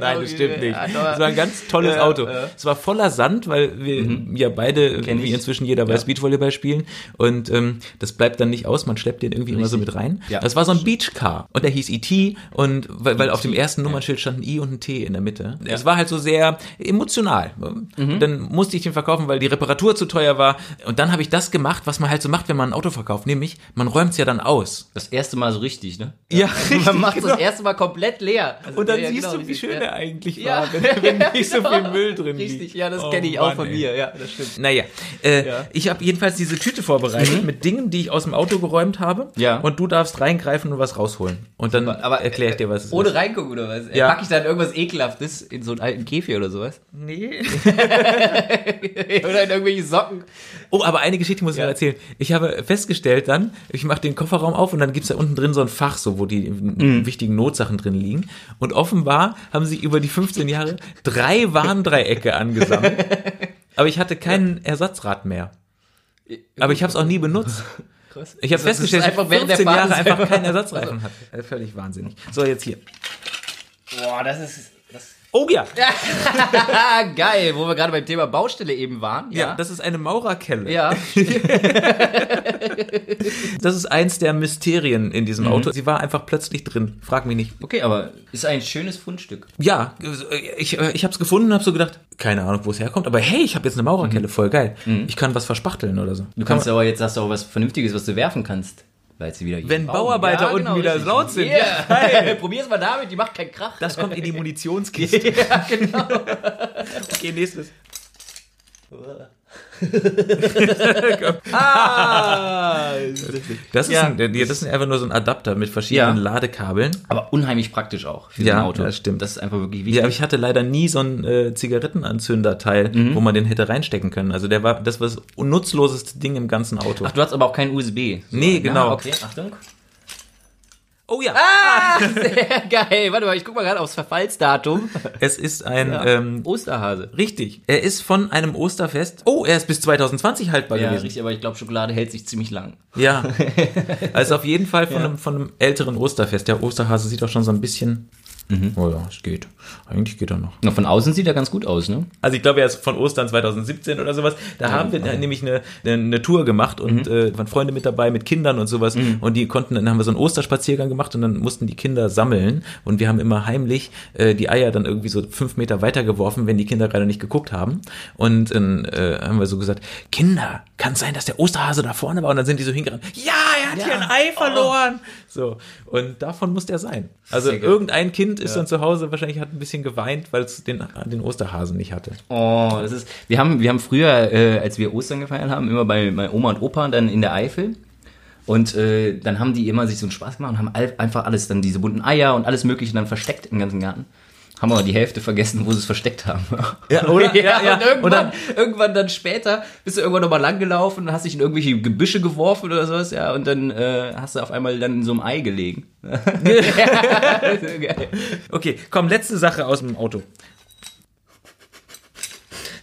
Speaker 1: Nein, das stimmt nicht. Es war ein ganz tolles
Speaker 2: ne? Ja,
Speaker 1: Auto.
Speaker 2: ja. Mhm.
Speaker 1: Es war voller Sand, weil wir ja beide,
Speaker 2: Kenn
Speaker 1: wie
Speaker 2: ich.
Speaker 1: inzwischen jeder weiß, Beachvolleyball spielen. Und ähm, das bleibt dann nicht aus, man schleppt den irgendwie immer so mit rein.
Speaker 2: Ja.
Speaker 1: Das war so ein Beachcar. Und der hieß E.T. und weil, weil
Speaker 2: E
Speaker 1: auf dem ersten Nummernschild stand ein I und ein T in der Mitte. Es war halt so sehr emotional.
Speaker 2: Mhm.
Speaker 1: Dann musste ich den verkaufen, weil die Reparatur zu teuer war. Und dann habe ich das gemacht, was man halt so macht, wenn man ein Auto verkauft, nämlich man räumt es ja dann aus.
Speaker 2: Das erste Mal so richtig, genau. ne?
Speaker 1: Ja,
Speaker 2: Man macht das erste Mal komplett leer. Also,
Speaker 1: Und dann
Speaker 2: ja,
Speaker 1: siehst
Speaker 2: genau,
Speaker 1: du, wie
Speaker 2: richtig,
Speaker 1: schön
Speaker 2: ja.
Speaker 1: er eigentlich
Speaker 2: Ja.
Speaker 1: war, wenn, wenn nicht so viel Müll drin liegt.
Speaker 2: Richtig, ja, das
Speaker 1: Oh
Speaker 2: kenne ich auch
Speaker 1: Mann,
Speaker 2: von
Speaker 1: ey.
Speaker 2: mir. Ja, das stimmt.
Speaker 1: Naja, äh,
Speaker 2: Ja.
Speaker 1: ich habe jedenfalls diese Tüte vorbereitet mit Dingen, die ich aus dem Auto geräumt habe.
Speaker 2: Ja.
Speaker 1: Und du darfst reingreifen und was rausholen. Und dann
Speaker 2: aber-
Speaker 1: erkläre ich dir, was es
Speaker 2: Ohne
Speaker 1: ist.
Speaker 2: reingucken oder was?
Speaker 1: Ja.
Speaker 2: Pack ich dann irgendwas Ekelhaftes in so einen alten Käfig oder sowas?
Speaker 1: Nee.
Speaker 2: oder in irgendwelche Socken?
Speaker 1: Oh, aber eine Geschichte muss ich
Speaker 2: Ja.
Speaker 1: noch erzählen. Ich habe festgestellt dann, ich mache den Kofferraum auf und dann gibt's da unten drin so ein Fach, so wo die
Speaker 2: Mhm.
Speaker 1: wichtigen Notsachen drin liegen. Und offenbar haben sich über die 15 Jahre drei Warndreiecke angesammelt. Aber ich hatte keinen Ersatzrad mehr. Aber ich habe es auch nie benutzt.
Speaker 2: Krass.
Speaker 1: Ich habe
Speaker 2: Das ist
Speaker 1: festgestellt, dass ich
Speaker 2: einfach während der
Speaker 1: 15 Jahre
Speaker 2: Fahrt selber- Also,
Speaker 1: einfach keinen Ersatzreifen hatte. Äh, Völlig wahnsinnig. So, jetzt hier.
Speaker 2: Boah, das ist. Das
Speaker 1: Oh ja, ja,
Speaker 2: ah, geil, wo wir gerade beim Thema Baustelle eben waren. Ja,
Speaker 1: das ist eine Maurerkelle.
Speaker 2: ja.
Speaker 1: Das ist eins der Mysterien in
Speaker 2: Mhm.
Speaker 1: diesem Auto. Sie war einfach plötzlich drin. Frag mich nicht.
Speaker 2: Okay, aber ist ein schönes Fundstück.
Speaker 1: Ja, ich, äh, ich habe es gefunden und habe so gedacht, keine Ahnung, wo es herkommt, aber hey, ich habe jetzt eine Mhm. Maurerkelle, voll geil. Ich kann was verspachteln oder so.
Speaker 2: Du kannst aber jetzt hast du auch was Vernünftiges, was du werfen kannst. Weil jetzt wieder
Speaker 1: Wenn Bauarbeiter unten wieder laut sind.
Speaker 2: genau, Yeah. Hey, probier's mal damit, die macht keinen Krach.
Speaker 1: Das kommt in die Munitionskiste.
Speaker 2: ja, genau.
Speaker 1: Okay, nächstes.
Speaker 2: ah,
Speaker 1: Das ist,
Speaker 2: Ja.
Speaker 1: ein, das ist einfach nur so ein Adapter mit verschiedenen
Speaker 2: Ja.
Speaker 1: Ladekabeln.
Speaker 2: aber unheimlich praktisch auch für
Speaker 1: Ja,
Speaker 2: so ein Auto.
Speaker 1: das stimmt.
Speaker 2: Das ist einfach wirklich
Speaker 1: Ja,
Speaker 2: wichtig.
Speaker 1: aber ich hatte leider nie so einen äh, Zigarettenanzünderteil, wo man den hätte reinstecken können. Also der war, das war das nutzloseste Ding im ganzen Auto.
Speaker 2: Ach, du hast aber auch keinen USB. So,
Speaker 1: Nee,
Speaker 2: ne?
Speaker 1: genau.
Speaker 2: Okay, Achtung.
Speaker 1: oh ja,
Speaker 2: Sehr geil. Warte mal, ich guck mal gerade aufs Verfallsdatum.
Speaker 1: es ist ein, ähm,
Speaker 2: Osterhase.
Speaker 1: richtig, er ist von einem Osterfest, oh, er ist bis 2020 haltbar
Speaker 2: Ja,
Speaker 1: gewesen.
Speaker 2: richtig, aber ich glaube, Schokolade hält sich ziemlich lang.
Speaker 1: Ja, also auf jeden Fall von, einem, von einem älteren Osterfest. Der Osterhase sieht auch schon so ein bisschen, oh ja, es geht, eigentlich geht er noch.
Speaker 2: Na, von außen sieht er ganz gut aus, ne?
Speaker 1: Also ich glaube, er ist von Ostern 2017 oder sowas. Da haben wir nämlich eine, eine, eine Tour gemacht und
Speaker 2: Mhm.
Speaker 1: äh, waren Freunde mit dabei, mit Kindern und sowas. Und die konnten, dann haben wir so einen Osterspaziergang gemacht und dann mussten die Kinder sammeln. Und wir haben immer heimlich äh, die Eier dann irgendwie so fünf Meter weitergeworfen, wenn die Kinder gerade nicht geguckt haben. Und dann äh, haben wir so gesagt, Kinder, kann sein, dass der Osterhase da vorne war. Und dann sind die so hingerannt, ja, er hat
Speaker 2: Ja. Oh.
Speaker 1: hier ein Ei verloren. So, und davon muss der sein. Also
Speaker 2: Sehr geil.
Speaker 1: irgendein Kind ist dann zu Hause, wahrscheinlich hat ein bisschen geweint, weil es den, den Osterhasen nicht hatte.
Speaker 2: Oh, das ist. Wir haben, wir haben früher, äh, als wir Ostern gefeiert haben, immer bei meiner Oma und Opa dann in der Eifel. Und äh, dann haben die immer sich so einen Spaß gemacht und haben all, einfach alles, dann diese bunten Eier und alles Mögliche dann versteckt im ganzen Garten. Haben aber die Hälfte vergessen, wo sie es versteckt haben.
Speaker 1: Ja, oder? Ja,
Speaker 2: ja,
Speaker 1: ja.
Speaker 2: Und irgendwann,
Speaker 1: Und dann-
Speaker 2: irgendwann dann später bist du irgendwann nochmal lang gelaufen und hast dich in irgendwelche Gebüsche geworfen oder sowas, ja, und dann äh, hast du auf einmal dann in so einem Ei gelegen. Geil.
Speaker 1: Okay, komm, letzte Sache aus dem Auto.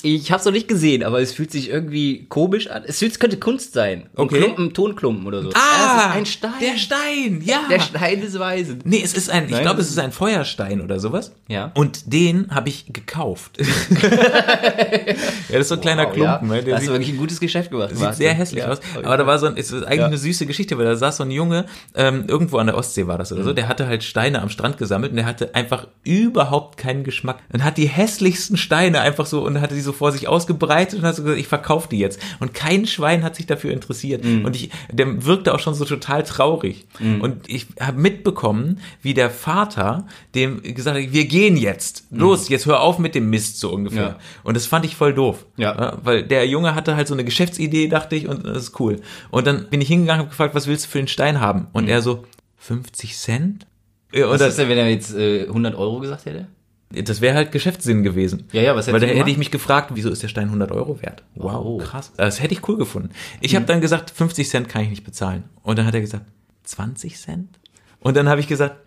Speaker 2: Ich hab's noch nicht gesehen, aber es fühlt sich irgendwie komisch an. Es fühlt, es könnte Kunst sein. Ein
Speaker 1: Okay. Ah,
Speaker 2: Klumpen, Tonklumpen oder so. das Ah, ist ein Stein.
Speaker 1: Der Stein, ja.
Speaker 2: Der Stein des Weisen.
Speaker 1: Nee, es ist ein, ich
Speaker 2: Nein,
Speaker 1: glaube,
Speaker 2: das
Speaker 1: es ist ein Feuerstein oder sowas.
Speaker 2: Ja.
Speaker 1: Und den habe ich gekauft. ja, das ist so ein kleiner
Speaker 2: Wow,
Speaker 1: Klumpen.
Speaker 2: Oh, ja.
Speaker 1: ne? Der
Speaker 2: Das ist
Speaker 1: sieht,
Speaker 2: wirklich ein gutes Geschäft gemacht. Oh,
Speaker 1: sieht sehr hässlich aus. Aber da war so ein, es ist eigentlich
Speaker 2: Ja.
Speaker 1: eine süße Geschichte, weil da saß so ein Junge, ähm, irgendwo an der Ostsee war das
Speaker 2: Mhm.
Speaker 1: oder so, der hatte halt Steine am Strand gesammelt und der hatte einfach überhaupt keinen Geschmack und hat die hässlichsten Steine einfach so und hatte die so vor sich ausgebreitet und hat so gesagt, ich verkaufe die jetzt. Und kein Schwein hat sich dafür interessiert.
Speaker 2: Mhm.
Speaker 1: Und ich, der wirkte auch schon so total traurig. Und ich habe mitbekommen, wie der Vater dem gesagt hat, wir gehen jetzt. Los, jetzt hör auf mit dem Mist, so ungefähr.
Speaker 2: Mhm. Ja.
Speaker 1: Und das fand ich voll doof.
Speaker 2: Ja.
Speaker 1: Weil der Junge hatte halt so eine Geschäftsidee, dachte ich, und das ist cool. Und dann bin ich hingegangen und habe gefragt, was willst du für den Stein haben? Und er so, 50 Cent? Ja, Und
Speaker 2: Was ist
Speaker 1: das,
Speaker 2: denn, wenn er jetzt äh, 100 Euro gesagt hätte?
Speaker 1: das wäre halt Geschäftssinn gewesen.
Speaker 2: Ja, ja, was
Speaker 1: Weil
Speaker 2: hättest
Speaker 1: da
Speaker 2: du
Speaker 1: hätte
Speaker 2: gemacht?
Speaker 1: ich mich gefragt, wieso ist der Stein 100 Euro wert? Wow,
Speaker 2: Oh.
Speaker 1: krass. Hm. Das hätte ich cool gefunden. Ich habe dann gesagt, 50 Cent kann ich nicht bezahlen. Und dann hat er gesagt, 20 Cent? Und dann habe ich gesagt,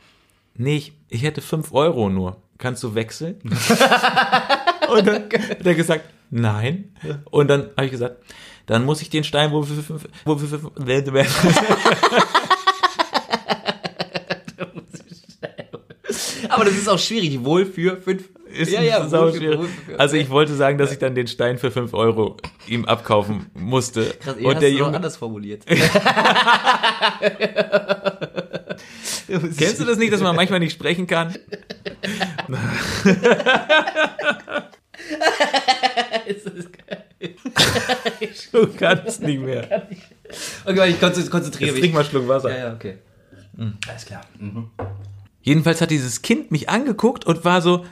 Speaker 1: nee, ich, ich hätte 5 Euro nur. Kannst du wechseln? Und dann hat er gesagt, nein. Und dann habe ich gesagt, dann muss ich den Stein wohl für, fünf- wohl für, fünf-
Speaker 2: Aber das ist auch schwierig. Wohl für 5.
Speaker 1: ist ja, ja, sau schwierig. Also ich wollte sagen, dass ich dann den Stein für 5 Euro ihm abkaufen musste.
Speaker 2: Krass, und
Speaker 1: Und
Speaker 2: hast
Speaker 1: der
Speaker 2: du noch
Speaker 1: Junge,
Speaker 2: anders formuliert.
Speaker 1: kennst du das nicht, dass man manchmal nicht sprechen kann?
Speaker 2: Ist das geil.
Speaker 1: Du kannst nicht mehr.
Speaker 2: Okay, warte, ich konz- konzentriere
Speaker 1: Jetzt
Speaker 2: mich.
Speaker 1: trink mal Mhm. einen Schluck Wasser.
Speaker 2: Ja, ja, okay. Alles klar.
Speaker 1: Jedenfalls hat dieses Kind mich angeguckt und war so,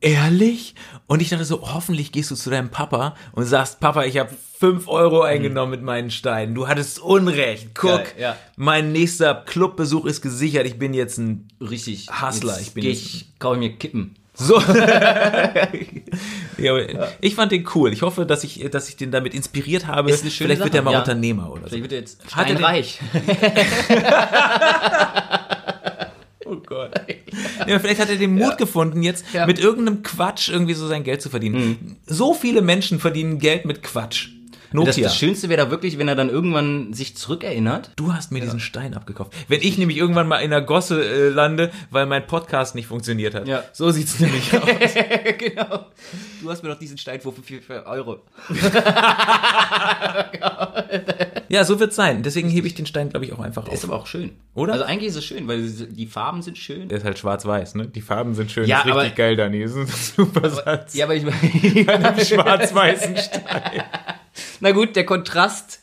Speaker 1: ehrlich? Und ich dachte so, hoffentlich gehst du zu deinem Papa und sagst, Papa, ich habe 5 Euro
Speaker 2: Mhm.
Speaker 1: eingenommen mit meinen Steinen. Du hattest Unrecht. Guck,
Speaker 2: Geil, ja.
Speaker 1: mein nächster Clubbesuch ist gesichert. Ich bin jetzt ein
Speaker 2: Richtig.
Speaker 1: Hustler,
Speaker 2: Jetzt
Speaker 1: ich bin
Speaker 2: geh
Speaker 1: jetzt-
Speaker 2: Ich kaufe mir Kippen.
Speaker 1: So. ja, aber Ich fand den cool. Ich hoffe, dass ich, dass ich den damit inspiriert habe.
Speaker 2: Ist eine schöne
Speaker 1: Vielleicht wird er
Speaker 2: Sache,
Speaker 1: mal
Speaker 2: ja.
Speaker 1: Unternehmer oder so.
Speaker 2: Vielleicht wird er jetzt
Speaker 1: Hat er den-
Speaker 2: steinreich.
Speaker 1: Oh Gott. Ja, vielleicht hat er den Mut gefunden, jetzt
Speaker 2: Ja. Mhm.
Speaker 1: mit irgendeinem Quatsch irgendwie so sein Geld zu verdienen. So viele Menschen verdienen Geld mit Quatsch. Nokia.
Speaker 2: Das, das Schönste wäre da wirklich, wenn er dann irgendwann sich zurückerinnert.
Speaker 1: Du hast mir diesen Stein abgekauft. Wenn ich nämlich irgendwann mal in der Gosse äh, lande, weil mein Podcast nicht funktioniert hat.
Speaker 2: Ja.
Speaker 1: So sieht's nämlich aus.
Speaker 2: genau. Du hast mir doch diesen Stein für 4 Euro.
Speaker 1: Ja, so wird's sein. Deswegen hebe ich den Stein, glaube ich, auch einfach
Speaker 2: Ist
Speaker 1: auf.
Speaker 2: aber auch schön.
Speaker 1: Oder?
Speaker 2: Also eigentlich ist es schön, weil die Farben sind schön.
Speaker 1: Der ist halt schwarz-weiß, ne? Die Farben sind schön.
Speaker 2: Ja,
Speaker 1: ist richtig
Speaker 2: aber-
Speaker 1: geil, Dani. Das ist ein super Satz.
Speaker 2: Ja, aber ich meine,
Speaker 1: schwarz-weißen Stein.
Speaker 2: na gut, der Kontrast,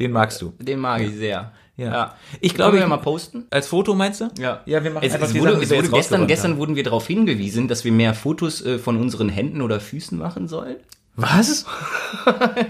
Speaker 1: Den magst du.
Speaker 2: den mag ich sehr.
Speaker 1: Ja.
Speaker 2: Ja.
Speaker 1: Ich
Speaker 2: Wollen
Speaker 1: glaube,
Speaker 2: wir
Speaker 1: ich-
Speaker 2: mal posten?
Speaker 1: als Foto meinst du?
Speaker 2: Ja.
Speaker 1: Ja, wir machen
Speaker 2: es,
Speaker 1: einfach
Speaker 2: es
Speaker 1: die
Speaker 2: wurde,
Speaker 1: Sachen, die
Speaker 2: es
Speaker 1: wir
Speaker 2: wurde
Speaker 1: jetzt
Speaker 2: gestern,
Speaker 1: rausgeräumt
Speaker 2: gestern wurden wir darauf hingewiesen, dass wir mehr Fotos äh, von unseren Händen oder Füßen machen sollen.
Speaker 1: Was?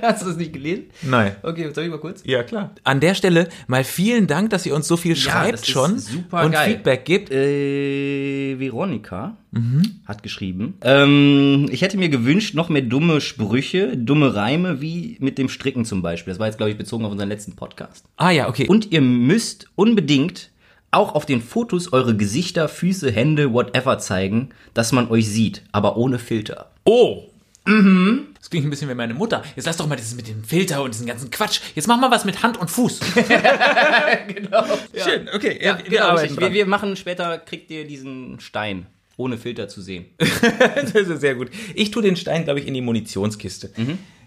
Speaker 2: Hast du das nicht gelesen?
Speaker 1: Nein.
Speaker 2: Okay, soll ich mal kurz?
Speaker 1: Ja, klar. An der Stelle mal vielen Dank, dass ihr uns so viel schreibt
Speaker 2: das ist
Speaker 1: schon
Speaker 2: super
Speaker 1: und
Speaker 2: geil.
Speaker 1: Feedback gibt.
Speaker 2: Äh, Veronika
Speaker 1: Mhm.
Speaker 2: hat geschrieben, ähm, ich hätte mir gewünscht, noch mehr dumme Sprüche, dumme Reime, wie mit dem Stricken zum Beispiel. Das war jetzt, glaube ich, bezogen auf unseren letzten Podcast.
Speaker 1: Ah ja, okay.
Speaker 2: Und ihr müsst unbedingt auch auf den Fotos eure Gesichter, Füße, Hände, whatever zeigen, dass man euch sieht, aber ohne Filter.
Speaker 1: oh. Mhm. Das klingt ein bisschen wie meine Mutter. Jetzt lass doch mal dieses mit dem Filter und diesen ganzen Quatsch. Jetzt mach mal was mit Hand und Fuß.
Speaker 2: Genau.
Speaker 1: Schön, okay. Ja, wir
Speaker 2: genau,
Speaker 1: arbeiten
Speaker 2: richtig. wir,
Speaker 1: dran.
Speaker 2: wir machen später, kriegt ihr diesen Stein, ohne Filter zu sehen.
Speaker 1: Das ist sehr gut. Ich tue den Stein, glaube ich, in die Munitionskiste.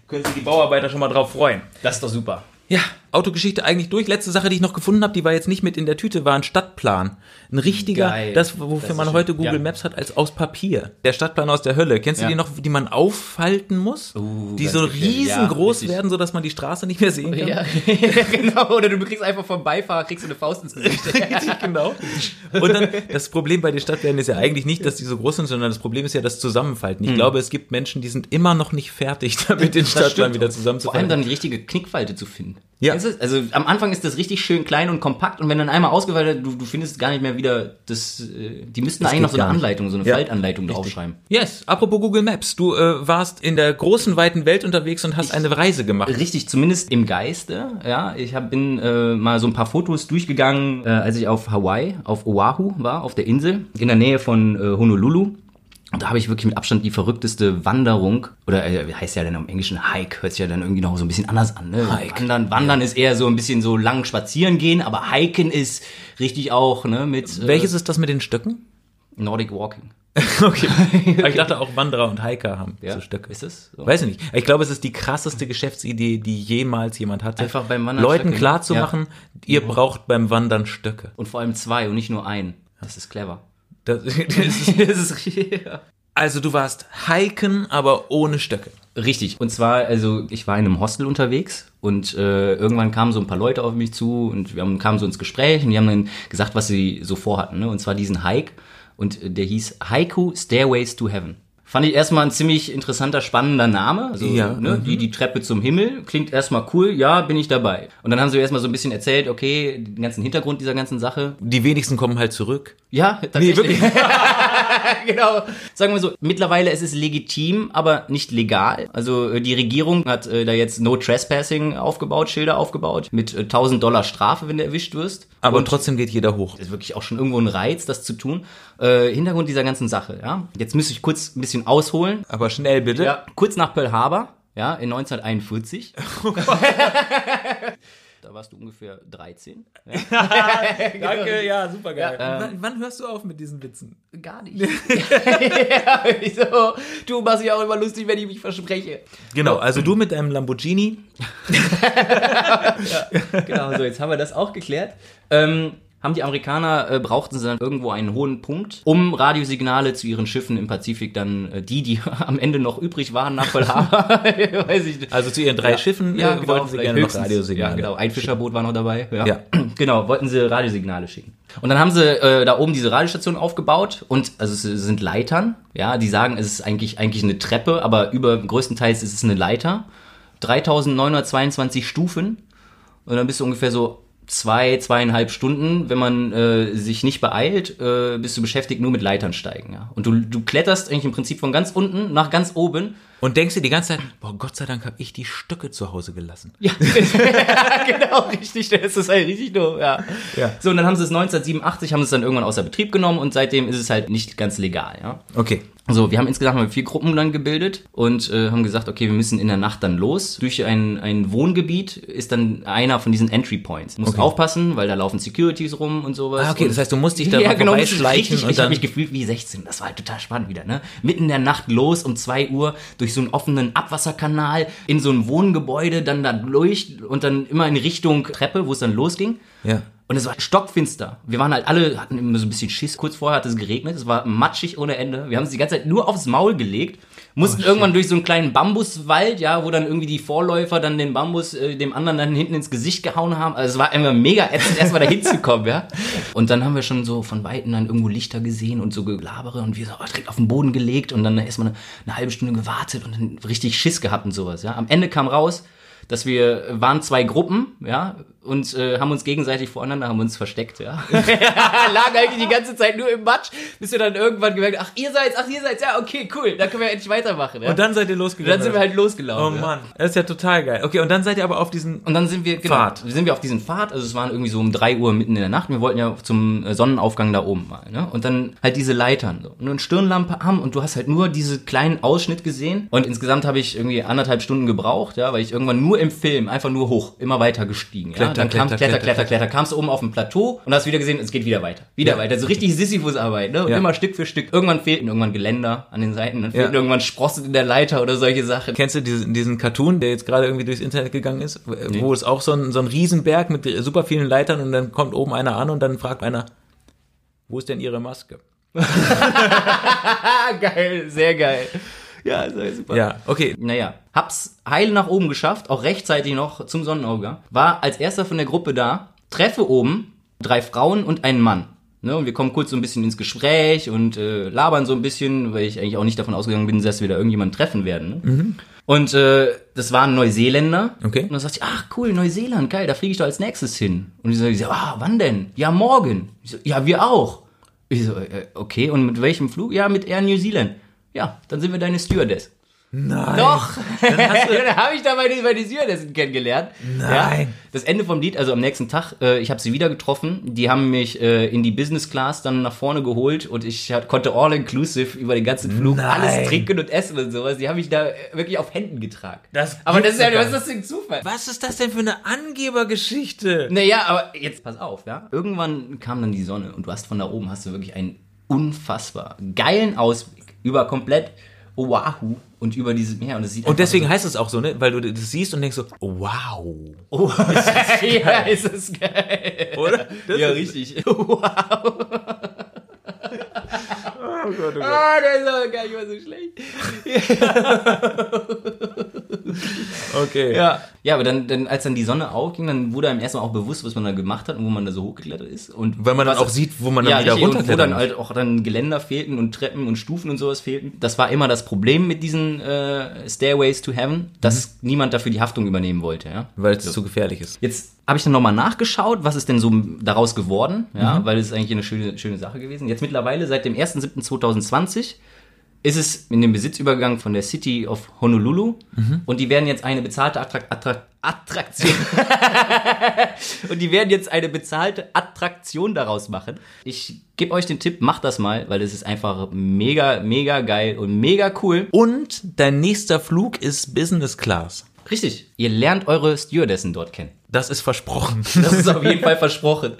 Speaker 1: Können sich die Bauarbeiter schon mal drauf freuen.
Speaker 2: Das ist doch super.
Speaker 1: Ja, Autogeschichte eigentlich durch. Letzte Sache, die ich noch gefunden habe, die war jetzt nicht mit in der Tüte, war ein Stadtplan. Ein richtiger,
Speaker 2: Geil.
Speaker 1: das, wofür
Speaker 2: Das ist
Speaker 1: man
Speaker 2: schön.
Speaker 1: heute Google
Speaker 2: Ja.
Speaker 1: Maps hat, als aus Papier. Der Stadtplan aus der Hölle. Kennst
Speaker 2: Ja.
Speaker 1: du die noch, die man aufhalten muss?
Speaker 2: Uh,
Speaker 1: die
Speaker 2: ganz
Speaker 1: so
Speaker 2: gefährlich.
Speaker 1: riesengroß
Speaker 2: Ja, richtig.
Speaker 1: werden, sodass man die Straße nicht mehr sehen kann.
Speaker 2: Ja, genau. Oder du kriegst einfach vom Beifahrer kriegst du eine Faust ins Gesicht.
Speaker 1: Richtig, genau. Und dann, das Problem bei den Stadtplänen ist ja eigentlich nicht, dass die so groß sind, sondern das Problem ist ja das Zusammenfalten. Ich
Speaker 2: Hm.
Speaker 1: glaube, es gibt Menschen, die sind immer noch nicht fertig, damit den Stadtplan wieder
Speaker 2: Vor allem
Speaker 1: zusammenzufalten.
Speaker 2: dann die richtige Knickfalte zu finden.
Speaker 1: Ja.
Speaker 2: Kennst du das? Also am Anfang ist das richtig schön klein und kompakt und wenn dann einmal ausgeweitet, du, du findest gar nicht mehr wieder das. äh, Die müssten eigentlich
Speaker 1: geht
Speaker 2: noch so eine
Speaker 1: gar nicht.
Speaker 2: Anleitung, so eine
Speaker 1: Ja.
Speaker 2: Faltanleitung draufschreiben.
Speaker 1: Yes, apropos Google Maps. Du äh, warst in der großen, weiten Welt unterwegs und hast eine Reise gemacht.
Speaker 2: Richtig, zumindest im Geiste. Ja, ich hab, bin äh, mal so ein paar Fotos durchgegangen, äh, als ich auf Hawaii, auf Oahu war, auf der Insel, in der Nähe von äh, Honolulu. Und da habe ich wirklich mit Abstand die verrückteste Wanderung, oder äh, wie heißt ja dann im Englischen Hike, hört sich ja dann irgendwie noch so ein bisschen anders an. Ne?
Speaker 1: Hike.
Speaker 2: Wandern, Wandern ist eher so ein bisschen so lang spazieren gehen, aber Hiken ist richtig auch ne, mit äh,
Speaker 1: Welches ist das mit den Stöcken?
Speaker 2: Nordic Walking.
Speaker 1: Okay. Aber ich dachte auch Wanderer und Hiker haben so Stöcke.
Speaker 2: Ist es? So.
Speaker 1: Weiß ich nicht. Ich glaube, es ist die krasseste Geschäftsidee, die jemals jemand hatte.
Speaker 2: Einfach beim Wandern
Speaker 1: Leuten
Speaker 2: Stöcke,
Speaker 1: klar zu
Speaker 2: ja.
Speaker 1: machen, ihr braucht beim Wandern Stöcke.
Speaker 2: Und vor allem zwei und nicht nur ein. Das ist clever.
Speaker 1: Das, das ist,
Speaker 2: das ist richtig. Ja.
Speaker 1: also du warst hiken, aber ohne Stöcke.
Speaker 2: Richtig. Und zwar, also ich war in einem Hostel unterwegs und äh, irgendwann kamen so ein paar Leute auf mich zu und wir haben, kamen so ins Gespräch und die haben dann gesagt, was sie so vorhatten. Ne? Und zwar diesen Hike und äh, der hieß Haiku Stairways to Heaven. Fand ich erstmal ein ziemlich interessanter, spannender Name. Also,
Speaker 1: Ja,
Speaker 2: ne, die, die Treppe zum Himmel klingt erstmal cool, ja, bin ich dabei. Und dann haben sie mir erstmal so ein bisschen erzählt, okay, den ganzen Hintergrund dieser ganzen Sache.
Speaker 1: Die wenigsten kommen halt zurück.
Speaker 2: Ja, tatsächlich. genau. Sagen wir so, mittlerweile ist es legitim, aber nicht legal. Also äh, die Regierung hat äh, da jetzt No Trespassing aufgebaut, Schilder aufgebaut, mit äh, 1000 Dollar Strafe, wenn du erwischt wirst.
Speaker 1: Aber
Speaker 2: Und
Speaker 1: trotzdem geht jeder hoch.
Speaker 2: ist wirklich auch schon irgendwo ein Reiz, das zu tun. Äh, Hintergrund dieser ganzen Sache, ja. Jetzt müsste ich kurz ein bisschen ausholen.
Speaker 1: Aber schnell bitte.
Speaker 2: Ja. Kurz nach Pearl Harbor, ja, in 1941. da warst du ungefähr 13.
Speaker 1: Danke, ja, super geil.
Speaker 2: Ja, ähm.
Speaker 1: wann, wann hörst du auf mit diesen Witzen?
Speaker 2: Gar nicht. ja, wieso? Du machst mich auch immer lustig, wenn ich mich verspreche.
Speaker 1: Genau, also du mit deinem Lamborghini.
Speaker 2: Genau, so jetzt haben wir das auch geklärt. Ähm, haben die Amerikaner, äh, brauchten sie dann irgendwo einen hohen Punkt, um Radiosignale zu ihren Schiffen im Pazifik dann, äh, die, die am Ende noch übrig waren nach Pearl Harbor, weiß ich nicht.
Speaker 1: Also zu ihren drei Schiffen
Speaker 2: ja,
Speaker 1: äh,
Speaker 2: genau,
Speaker 1: wollten sie
Speaker 2: vielleicht
Speaker 1: gerne noch
Speaker 2: höchstens-
Speaker 1: Radiosignale.
Speaker 2: Ja, genau. Ein Fischerboot war noch dabei. Ja.
Speaker 1: Ja.
Speaker 2: Genau, wollten sie Radiosignale schicken. Und dann haben sie äh, da oben diese Radiostation aufgebaut und also es sind Leitern. Ja, die sagen, es ist eigentlich, eigentlich eine Treppe, aber über größtenteils ist es eine Leiter. 3922 Stufen und dann bist du ungefähr so zwei, zweieinhalb Stunden, wenn man äh, sich nicht beeilt, äh, bist du beschäftigt nur mit Leitern steigen. Ja? Und du, du kletterst eigentlich im Prinzip von ganz unten nach ganz oben
Speaker 1: Und denkst dir die ganze Zeit, boah, Gott sei Dank habe ich die Stöcke zu Hause gelassen.
Speaker 2: Ja, genau, richtig. Das ist halt richtig doof, ja.
Speaker 1: Ja.
Speaker 2: So, und dann haben sie es 1987, haben sie es dann irgendwann außer Betrieb genommen und seitdem ist es halt nicht ganz legal, ja.
Speaker 1: Okay.
Speaker 2: So, wir haben insgesamt mal vier Gruppen dann gebildet und äh, haben gesagt, okay, wir müssen in der Nacht dann los. Durch ein, ein Wohngebiet ist dann einer von diesen Entry Points. Musst
Speaker 1: Okay.
Speaker 2: aufpassen, weil da laufen Securities rum und sowas.
Speaker 1: Ah, okay,
Speaker 2: und
Speaker 1: das heißt, du musst dich da mal
Speaker 2: genau,
Speaker 1: vorbeischleichen
Speaker 2: richtig,
Speaker 1: und
Speaker 2: ich habe
Speaker 1: dann.
Speaker 2: mich gefühlt wie 16. Das war halt total spannend wieder, ne? Mitten in der Nacht los um 2 Uhr durch so einen offenen Abwasserkanal in so ein Wohngebäude, dann da durch und dann immer in Richtung Treppe, wo es dann losging.
Speaker 1: Ja.
Speaker 2: Und Und es war stockfinster. Wir waren halt alle, hatten immer so ein bisschen Schiss. Kurz vorher hat es geregnet, es war matschig ohne Ende. Wir haben es die ganze Zeit nur aufs Maul gelegt, mussten irgendwann durch so einen kleinen Bambuswald, ja, wo dann irgendwie die Vorläufer dann den Bambus äh, dem anderen dann hinten ins Gesicht gehauen haben. Also es war immer mega ätzend, erstmal da hinzukommen, ja. Und dann haben wir schon so von Weitem dann irgendwo Lichter gesehen und so Gelabere und wir so oh, direkt auf den Boden gelegt und dann erstmal eine, eine halbe Stunde gewartet und dann richtig Schiss gehabt und sowas, ja. Am Ende kam raus, dass wir waren zwei Gruppen, ja, und äh, haben uns gegenseitig voreinander, haben uns versteckt, ja. Lagen eigentlich die ganze Zeit nur im Matsch, bis wir dann irgendwann gemerkt, ach ihr seid's, ach ihr seid's, ja, okay, cool, dann können wir endlich weitermachen, ja.
Speaker 1: Und dann seid ihr
Speaker 2: Und
Speaker 1: losgegangen.
Speaker 2: dann sind wir halt
Speaker 1: Oh
Speaker 2: losgelaufen. ja.
Speaker 1: Mann, das ist ja total geil. Okay, und dann seid ihr aber auf diesen.
Speaker 2: Und dann sind wir, genau,
Speaker 1: Fahrt.
Speaker 2: sind wir auf diesen Fahrt, also es waren irgendwie so um 3 Uhr mitten in der Nacht, wir wollten ja zum äh, Sonnenaufgang da oben mal, ne? Und dann halt diese Leitern so. Und eine Stirnlampe haben und du hast halt nur diesen kleinen Ausschnitt gesehen und insgesamt habe ich irgendwie anderthalb Stunden gebraucht, ja, weil ich irgendwann nur im Film einfach nur hoch, immer weiter gestiegen, ja?
Speaker 1: Kletter,
Speaker 2: dann kam
Speaker 1: kletter,
Speaker 2: kletter, kletter,
Speaker 1: kletter,
Speaker 2: kletter, kamst du oben auf dem Plateau und hast wieder gesehen, es geht wieder weiter, wieder weiter, so richtig Sisyphusarbeit, ne? Und
Speaker 1: Ja.
Speaker 2: immer Stück für Stück. Irgendwann fehlten irgendwann Geländer an den Seiten, dann fehlten
Speaker 1: Ja.
Speaker 2: irgendwann Sprossen in der Leiter oder solche Sachen.
Speaker 1: Kennst du diesen, diesen Cartoon, der jetzt gerade irgendwie durchs Internet gegangen ist, w- wo es auch so ein, so ein Riesenberg mit super vielen Leitern und dann kommt oben einer an und dann fragt einer, wo ist denn ihre Maske?
Speaker 2: Ah, geil, sehr geil. Ja, sehr super.
Speaker 1: Ja, okay.
Speaker 2: Naja, hab's heil nach oben geschafft, auch rechtzeitig noch zum Sonnenaufgang. War als erster von der Gruppe da, treffe oben drei Frauen und einen Mann. Ne, und wir kommen kurz so ein bisschen ins Gespräch und äh, labern so ein bisschen, weil ich eigentlich auch nicht davon ausgegangen bin, dass wir da irgendjemanden treffen werden. Ne? Und äh, das waren Neuseeländer.
Speaker 1: Okay.
Speaker 2: Und dann sagte ich, ach cool, Neuseeland, geil, da fliege ich doch als nächstes hin. Und die so, ich so, ah, wann denn? Ja, morgen. Ich so, ja, wir auch. Ich so, äh, okay, und mit welchem Flug? Ja, mit Air New Zealand. Ja, dann sind wir deine Stewardess.
Speaker 1: Nein.
Speaker 2: Doch! Dann habe ich da meine, meine Stewardessen kennengelernt.
Speaker 1: Nein.
Speaker 2: Das Ende vom Lied, also am nächsten Tag, äh, ich habe sie wieder getroffen. Die haben mich äh, in die Business Class dann nach vorne geholt und ich hat, konnte all inclusive über den ganzen Flug
Speaker 1: Nein.
Speaker 2: alles trinken und essen und sowas. Die haben mich da äh, wirklich auf Händen getragen.
Speaker 1: Das
Speaker 2: aber das
Speaker 1: gibt's
Speaker 2: ist ja,
Speaker 1: doch gar
Speaker 2: was ist das für ein Zufall?
Speaker 1: Was ist das denn für eine Angebergeschichte?
Speaker 2: Naja, aber jetzt pass auf, ja. Irgendwann kam dann die Sonne und du hast von da oben hast du wirklich einen unfassbar geilen Ausblick über komplett Oahu und über dieses Meer und es sieht
Speaker 1: Und deswegen heißt es auch so, ne? Weil du das siehst und denkst so, wow.
Speaker 2: Oh, ist das geil. ja, ist das geil.
Speaker 1: Oder? Das
Speaker 2: ja,
Speaker 1: ist-
Speaker 2: richtig. Wow. oh Gott, oh Gott. Ah, das ist aber gar nicht mal so schlecht.
Speaker 1: Okay.
Speaker 2: Ja. Ja, aber dann, dann, als dann die Sonne aufging, dann wurde einem erstmal auch bewusst, was man da gemacht hat und wo man da so hochgeklettert ist. Und
Speaker 1: Weil man dann
Speaker 2: was-
Speaker 1: auch sieht, wo man dann wieder
Speaker 2: richtig, und wo
Speaker 1: runterklettern
Speaker 2: dann halt auch dann Geländer fehlten und Treppen und Stufen und sowas fehlten. Das war immer das Problem mit diesen äh, Stairways to Heaven, dass niemand dafür die Haftung übernehmen wollte. Ja?
Speaker 1: Mhm. Weil es zu gefährlich ist.
Speaker 2: Jetzt habe ich dann nochmal nachgeschaut, was ist denn so daraus geworden, ja, weil es ist eigentlich eine schöne, schöne Sache gewesen. Jetzt mittlerweile, seit dem 1.7.2020, ist es in den Besitz übergegangen von der City of Honolulu und die werden jetzt eine bezahlte Attrakt Attrakt Attraktion. und die werden jetzt eine bezahlte Attraktion daraus machen. Ich gebe euch den Tipp, macht das mal, weil es ist einfach mega, mega geil und mega cool.
Speaker 1: Und dein nächster Flug ist Business Class.
Speaker 2: Richtig, ihr lernt eure Stewardessen dort kennen.
Speaker 1: Das ist versprochen.
Speaker 2: Das ist auf jeden Fall versprochen.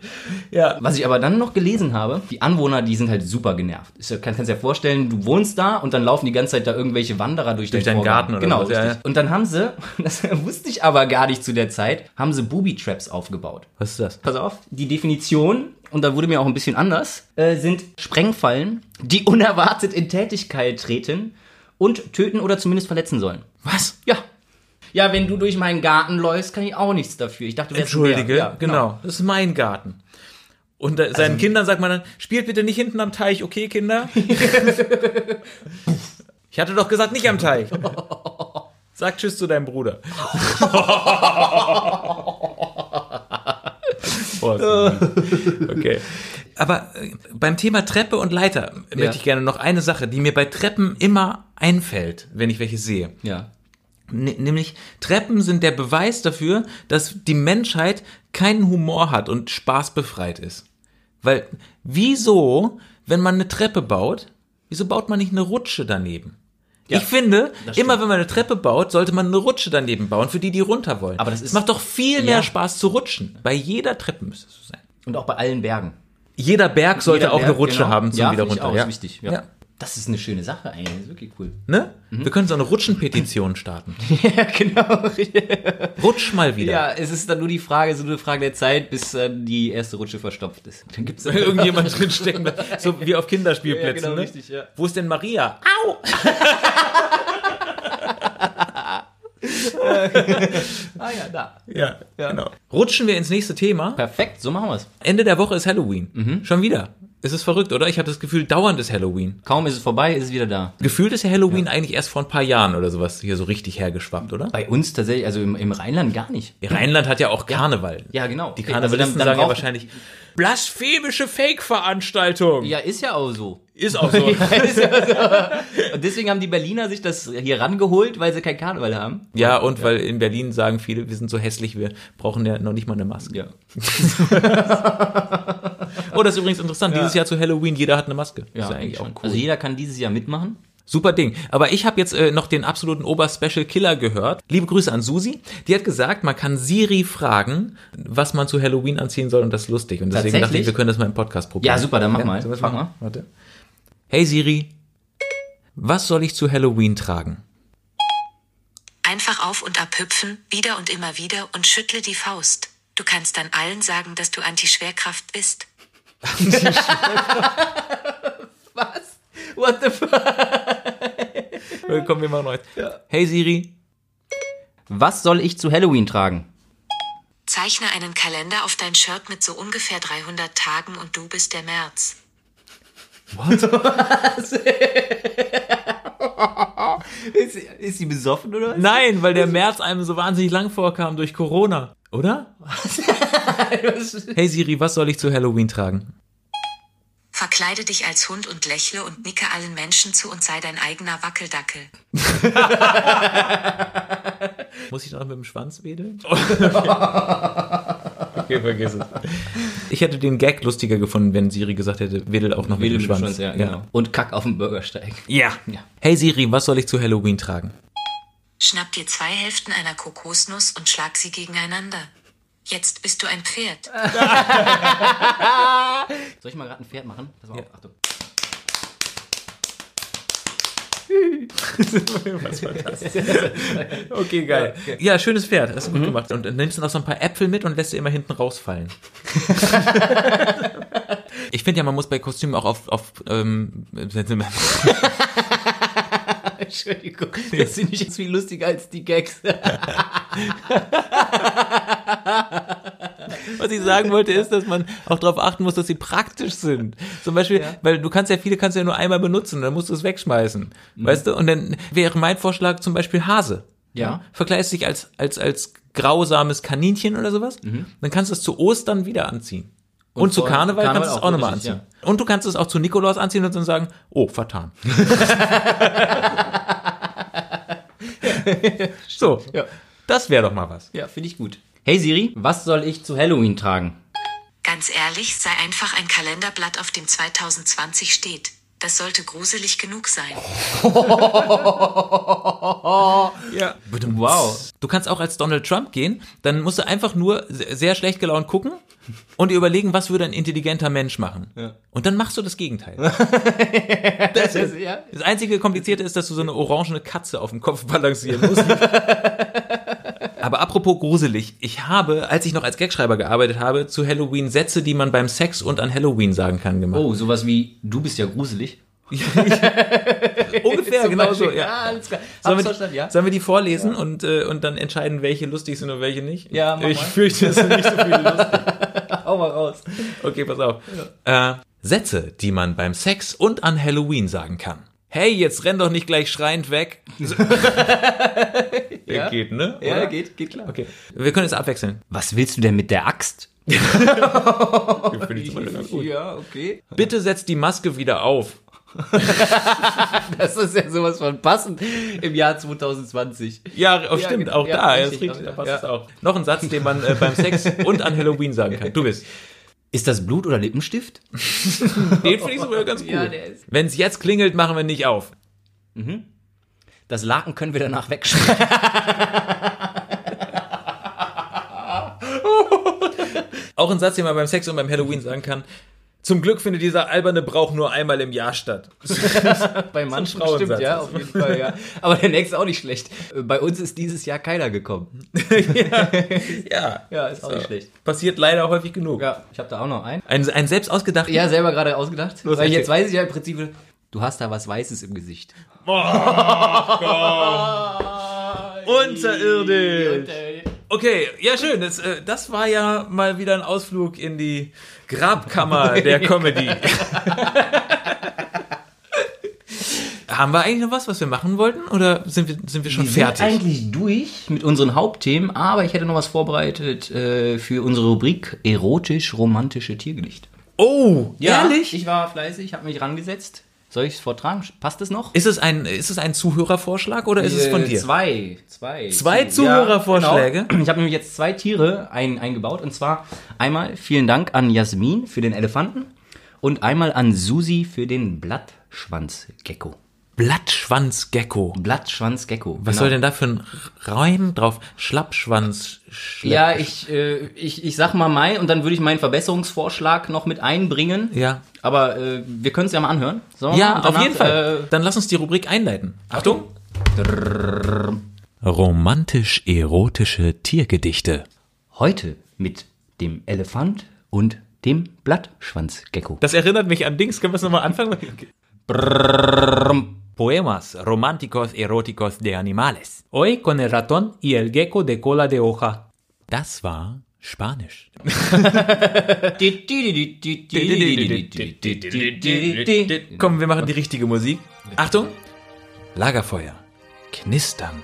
Speaker 1: Ja.
Speaker 2: Was ich aber dann noch gelesen habe, die Anwohner, die sind halt super genervt. Ich kann kannst dir vorstellen, du wohnst da und dann laufen die ganze Zeit da irgendwelche Wanderer durch,
Speaker 1: Durch deinen
Speaker 2: Vorgarten.
Speaker 1: Garten oder
Speaker 2: Genau,
Speaker 1: was, ja,
Speaker 2: richtig.
Speaker 1: ja.
Speaker 2: Und dann haben sie, das wusste ich aber gar nicht zu der Zeit, haben sie Booby-Traps aufgebaut.
Speaker 1: Was ist das?
Speaker 2: Pass auf, die Definition, und da wurde mir auch ein bisschen anders, äh, sind Sprengfallen, die unerwartet in Tätigkeit treten und töten oder zumindest verletzen sollen.
Speaker 1: Was?
Speaker 2: Ja. Ja, wenn du durch meinen Garten läufst, kann ich auch nichts dafür. Ich dachte, du wärst ein Bär.
Speaker 1: Entschuldige,
Speaker 2: Ja,
Speaker 1: genau. Also- Das ist mein Garten. Und da, seinen Kindern sagt man dann, spielt bitte nicht hinten am Teich, okay, Kinder? ich hatte doch gesagt, nicht am Teich. Sag Tschüss zu deinem Bruder. Boah, ist das- okay. Aber äh, beim Thema Treppe und Leiter möchte ich gerne noch eine Sache, die mir bei Treppen immer einfällt, wenn ich welche sehe.
Speaker 2: Ja.
Speaker 1: N- Nämlich Treppen sind der Beweis dafür, dass die Menschheit keinen Humor hat und spaßbefreit ist. Weil wieso, wenn man eine Treppe baut, wieso baut man nicht eine Rutsche daneben? ich finde, immer wenn man eine Treppe baut, sollte man eine Rutsche daneben bauen, für die, die runter wollen.
Speaker 2: Aber das ist-
Speaker 1: es macht doch viel mehr
Speaker 2: Ja.
Speaker 1: Spaß zu rutschen. Bei jeder Treppe müsste es so sein.
Speaker 2: Und auch bei allen Bergen.
Speaker 1: Jeder Berg sollte
Speaker 2: Jeder
Speaker 1: auch
Speaker 2: Berg,
Speaker 1: eine Rutsche
Speaker 2: genau.
Speaker 1: haben, zum
Speaker 2: Ja,
Speaker 1: wieder
Speaker 2: finde ich
Speaker 1: runter.
Speaker 2: auch, ist wichtig, ja. Das ist eine schöne Sache eigentlich, das ist wirklich cool.
Speaker 1: Ne? Wir können so eine Rutschenpetition starten.
Speaker 2: ja, genau.
Speaker 1: Rutsch mal wieder.
Speaker 2: Ja, es ist dann nur die Frage, so eine Frage der Zeit, bis äh, die erste Rutsche verstopft ist. Dann gibt's
Speaker 1: Wenn irgendjemand drinstecken bleibt. So wie auf Kinderspielplätzen.
Speaker 2: Ja, genau,
Speaker 1: ne?
Speaker 2: richtig, ja.
Speaker 1: Wo ist denn Maria?
Speaker 2: Ah ja, da.
Speaker 1: Ja, genau. Rutschen wir ins nächste Thema.
Speaker 2: Perfekt, so machen wir's.
Speaker 1: Ende der Woche ist Halloween.
Speaker 2: Mhm.
Speaker 1: Schon wieder. Es ist verrückt, oder? Ich habe das Gefühl, dauernd ist Halloween.
Speaker 2: Kaum ist es vorbei, ist es wieder da.
Speaker 1: Gefühlt ist ja Halloween eigentlich erst vor ein paar Jahren oder sowas hier so richtig hergeschwappt, oder?
Speaker 2: Bei uns tatsächlich, also im, im Rheinland gar nicht.
Speaker 1: Rheinland hat ja auch Karneval.
Speaker 2: Ja, genau.
Speaker 1: Die
Speaker 2: Okay,
Speaker 1: Karnevalisten
Speaker 2: also dann- dann
Speaker 1: sagen ja
Speaker 2: braucht-
Speaker 1: wahrscheinlich, blasphemische Fake-Veranstaltung.
Speaker 2: Ja, ist ja auch so.
Speaker 1: Ist auch so.
Speaker 2: Und deswegen haben die Berliner sich das hier rangeholt, weil sie kein Karneval haben.
Speaker 1: ja, und weil in Berlin sagen viele, wir sind so hässlich, wir brauchen ja noch nicht mal eine Maske.
Speaker 2: Ja.
Speaker 1: Oh, das ist übrigens interessant. Dieses Jahr zu Halloween, jeder hat eine Maske.
Speaker 2: Ja,
Speaker 1: ist ja eigentlich auch cool.
Speaker 2: Also jeder kann dieses Jahr mitmachen.
Speaker 1: Super Ding. Aber ich habe jetzt äh, noch den absoluten Ober-Special-Killer gehört. Liebe Grüße an Susi. Die hat gesagt, man kann Siri fragen, was man zu Halloween anziehen soll und das ist lustig. Und deswegen dachte
Speaker 2: Tatsächlich?
Speaker 1: ich, wir können das mal im Podcast probieren.
Speaker 2: Ja, super, dann mach mal.
Speaker 1: sollen wir's
Speaker 2: Mach
Speaker 1: machen?
Speaker 2: mal.
Speaker 1: Warte. Hey Siri, was soll ich zu Halloween tragen?
Speaker 4: Einfach auf und ab hüpfen, wieder und immer wieder und schüttle die Faust. Du kannst dann allen sagen, dass du Anti-Schwerkraft bist.
Speaker 2: Was? What the fuck?
Speaker 1: Äh, Komm, wir machen heute. Hey Siri,
Speaker 2: Was soll ich zu Halloween tragen?
Speaker 4: Zeichne einen Kalender auf dein Shirt mit so ungefähr 300 Tagen und du bist der März.
Speaker 2: Ist, ist sie besoffen oder?
Speaker 1: nein, weil der März einem so wahnsinnig lang vorkam durch Corona, oder? Hey Siri, was soll ich zu Halloween tragen?
Speaker 4: Verkleide dich als Hund und lächle und nicke allen Menschen zu und sei dein eigener Wackeldackel.
Speaker 1: Muss ich noch mit dem Schwanz wedeln? okay, vergiss es. Ich hätte den Gag lustiger gefunden, wenn Siri gesagt hätte, wedel auch noch
Speaker 2: Wedel
Speaker 1: mit dem Schwanz.
Speaker 2: ja, genau. Und Kack auf dem Bürgersteig.
Speaker 1: Ja.
Speaker 2: Ja.
Speaker 1: Hey Siri, was soll ich zu Halloween tragen?
Speaker 4: Schnapp dir zwei Hälften einer Kokosnuss und schlag sie gegeneinander. Jetzt bist du ein Pferd.
Speaker 2: Soll ich mal gerade ein Pferd machen? Pass mal auf, Achtung.
Speaker 1: Okay, geil. Ja, schönes Pferd. Hast du gut gemacht. Und dann nimmst du noch so ein paar Äpfel mit und lässt sie immer hinten rausfallen. ich finde ja, man muss bei Kostümen auch auf, auf ähm,
Speaker 2: Entschuldigung, das finde ich jetzt viel lustiger als die Gags.
Speaker 1: Was ich sagen wollte, ist, dass man auch darauf achten muss, dass sie praktisch sind. Zum Beispiel, weil du kannst ja viele kannst du ja nur einmal benutzen, dann musst du es wegschmeißen.
Speaker 2: Mhm.
Speaker 1: Weißt du? Und dann wäre mein Vorschlag zum Beispiel Hase.
Speaker 2: Ja.
Speaker 1: Verkleidest dich als, als, als grausames Kaninchen oder sowas. Dann kannst du es zu Ostern wieder anziehen. Und, zu
Speaker 2: Mhm. vor
Speaker 1: Karneval,
Speaker 2: Karneval
Speaker 1: kannst du es
Speaker 2: auch,
Speaker 1: auch nochmal
Speaker 2: richtig,
Speaker 1: anziehen. Und du kannst es auch zu Nikolaus anziehen und dann sagen, oh, vertan. so,
Speaker 2: Ja.
Speaker 1: das wäre doch mal was.
Speaker 2: Ja, finde ich gut. Hey Siri, was soll ich zu Halloween tragen?
Speaker 4: Ganz ehrlich, sei einfach ein Kalenderblatt, auf dem 2020 steht. Das sollte gruselig genug sein.
Speaker 1: Ja.
Speaker 2: Wow.
Speaker 1: Du kannst auch als Donald Trump gehen, dann musst du einfach nur se- sehr schlecht gelaunt gucken und dir überlegen, was würde ein intelligenter Mensch machen. Und dann machst du das Gegenteil.
Speaker 2: Das ist, ja.
Speaker 1: Das einzige Komplizierte ist, dass du so eine orangene Katze auf dem Kopf balancieren musst. Aber apropos gruselig, ich habe, als ich noch als Gagschreiber gearbeitet habe, zu Halloween Sätze, die man beim Sex und an Halloween sagen kann, gemacht.
Speaker 2: Oh, sowas wie, du bist ja gruselig.
Speaker 1: Ungefähr genau so,
Speaker 2: Oh, ja.
Speaker 1: ja.
Speaker 2: Ah, Alles klar.
Speaker 1: Sollen wir,
Speaker 2: Hab's verstanden,
Speaker 1: die,
Speaker 2: ja.
Speaker 1: sollen wir die vorlesen und, äh, und dann entscheiden, welche lustig sind und welche nicht?
Speaker 2: Ja, mach
Speaker 1: ich
Speaker 2: mal.
Speaker 1: fürchte, es sind nicht so viele lustig.
Speaker 2: Hau mal raus.
Speaker 1: Okay, pass auf. Äh, Sätze, die man beim Sex und an Halloween sagen kann. Hey, jetzt renn doch nicht gleich schreiend weg. Der geht, ne?
Speaker 2: Ja,
Speaker 1: Oder?
Speaker 2: geht, geht klar.
Speaker 1: Okay. Wir können es abwechseln.
Speaker 2: Was willst du denn mit der Axt? Ja, okay.
Speaker 1: Bitte setzt die Maske wieder auf.
Speaker 2: Das ist ja sowas von passend im Jahr 2020.
Speaker 1: Ja, oh, stimmt,
Speaker 2: genau.
Speaker 1: auch
Speaker 2: Ja,
Speaker 1: da.
Speaker 2: richtig,
Speaker 1: das ist richtig, da
Speaker 2: auch
Speaker 1: passt
Speaker 2: da.
Speaker 1: es auch. Noch ein Satz, den man äh, beim Sex und an Halloween sagen kann. Du bist.
Speaker 2: Ist das Blut oder Lippenstift?
Speaker 1: Den finde ich sogar ganz gut.
Speaker 2: Ja, der ist-
Speaker 1: Wenn's jetzt klingelt, machen wir nicht auf.
Speaker 2: Das Laken können wir danach wegschneiden.
Speaker 1: Auch ein Satz, den man beim Sex und beim Halloween sagen kann.
Speaker 5: Zum Glück findet dieser alberne Brauch nur einmal im Jahr statt.
Speaker 2: Bei manchen
Speaker 5: Frauensatz.
Speaker 2: stimmt, ja, auf jeden Fall, ja. Aber der nächste auch nicht schlecht. Äh, Bei uns ist dieses Jahr keiner gekommen.
Speaker 5: Ja,
Speaker 2: Ja, ist auch nicht schlecht.
Speaker 5: passiert leider häufig genug.
Speaker 2: Ja, ich habe da auch noch einen.
Speaker 1: Ein, ein selbst ausgedachter.
Speaker 2: Ja, selber gerade ausgedacht.
Speaker 5: Los,
Speaker 2: weil
Speaker 5: erzähl.
Speaker 2: jetzt weiß ich ja im Prinzip, du hast da was Weißes im Gesicht.
Speaker 5: Unterirdisch. Okay, ja schön. Das, äh, das war ja mal wieder ein Ausflug in die Grabkammer der Comedy.
Speaker 1: Haben wir eigentlich noch was, was wir machen wollten? Oder sind wir, sind wir schon fertig?
Speaker 2: eigentlich durch mit unseren Hauptthemen, aber ich hätte noch was vorbereitet äh, für unsere Rubrik erotisch-romantische Tiergedicht.
Speaker 1: oh,
Speaker 2: Ehrlich?
Speaker 1: ehrlich?
Speaker 2: Ich war fleißig, habe mich rangesetzt. Soll ich es vortragen? Passt es noch?
Speaker 1: Ist es ein, ist es ein Zuhörervorschlag oder ist es von
Speaker 2: Äh,
Speaker 1: dir?
Speaker 2: Zwei. Zwei,
Speaker 1: Zwei
Speaker 2: Zu-
Speaker 1: Zuhörervorschläge?
Speaker 2: Ja, genau. Ich habe nämlich jetzt zwei Tiere ein, eingebaut. Und zwar einmal vielen Dank an Jasmin für den Elefanten und einmal an Susi für den Blattschwanzgecko.
Speaker 1: Blattschwanzgecko.
Speaker 2: Blattschwanzgecko.
Speaker 1: Was soll denn da für ein Reim drauf? Schlappschwanz. Schlepp.
Speaker 2: Ja, ich, äh, ich, ich sag mal mein und dann würde ich meinen Verbesserungsvorschlag noch mit einbringen.
Speaker 1: Ja.
Speaker 2: Aber äh, wir können es ja mal anhören. Sollen wir
Speaker 1: Ja,
Speaker 2: mal?
Speaker 1: auf
Speaker 2: Danach,
Speaker 1: jeden Fall. Dann lass uns die Rubrik einleiten. äh, Achtung. Romantisch-erotische Tiergedichte.
Speaker 2: Äh, heute mit dem Elefant und dem Blattschwanzgecko.
Speaker 1: Das erinnert mich an Dings. Können wir es nochmal anfangen? Poemas románticos eróticos de animales.
Speaker 6: Hoy con el ratón y el gecko de cola de hoja.
Speaker 1: Das war Spanisch. Komm, wir machen die richtige Musik. Achtung! Lagerfeuer. Knistern.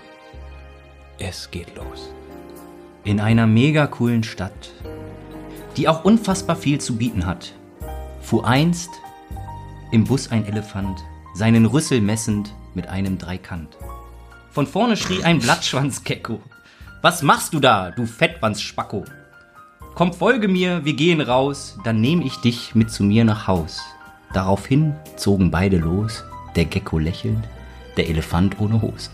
Speaker 1: Es geht los.
Speaker 2: In einer mega coolen Stadt, die auch unfassbar viel zu bieten hat, fuhr einst im Bus ein Elefant, seinen Rüssel messend mit einem Dreikant. Von vorne schrie ein Blattschwanzgecko. Was machst du da, du Fettwanzspacko? Komm, folge mir, wir gehen raus, dann nehm ich dich mit zu mir nach Haus. Daraufhin zogen beide los, der Gecko lächelnd, der Elefant ohne Hose.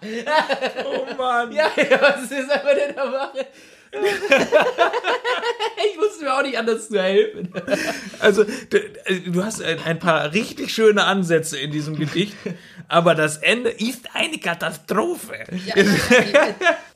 Speaker 5: Oh Mann.
Speaker 2: Was ist aber denn da Wache? ich wusste mir auch nicht anders zu helfen.
Speaker 5: Also, d- äh, du hast ein, ein paar richtig schöne Ansätze in diesem Gedicht, aber das Ende ist eine Katastrophe.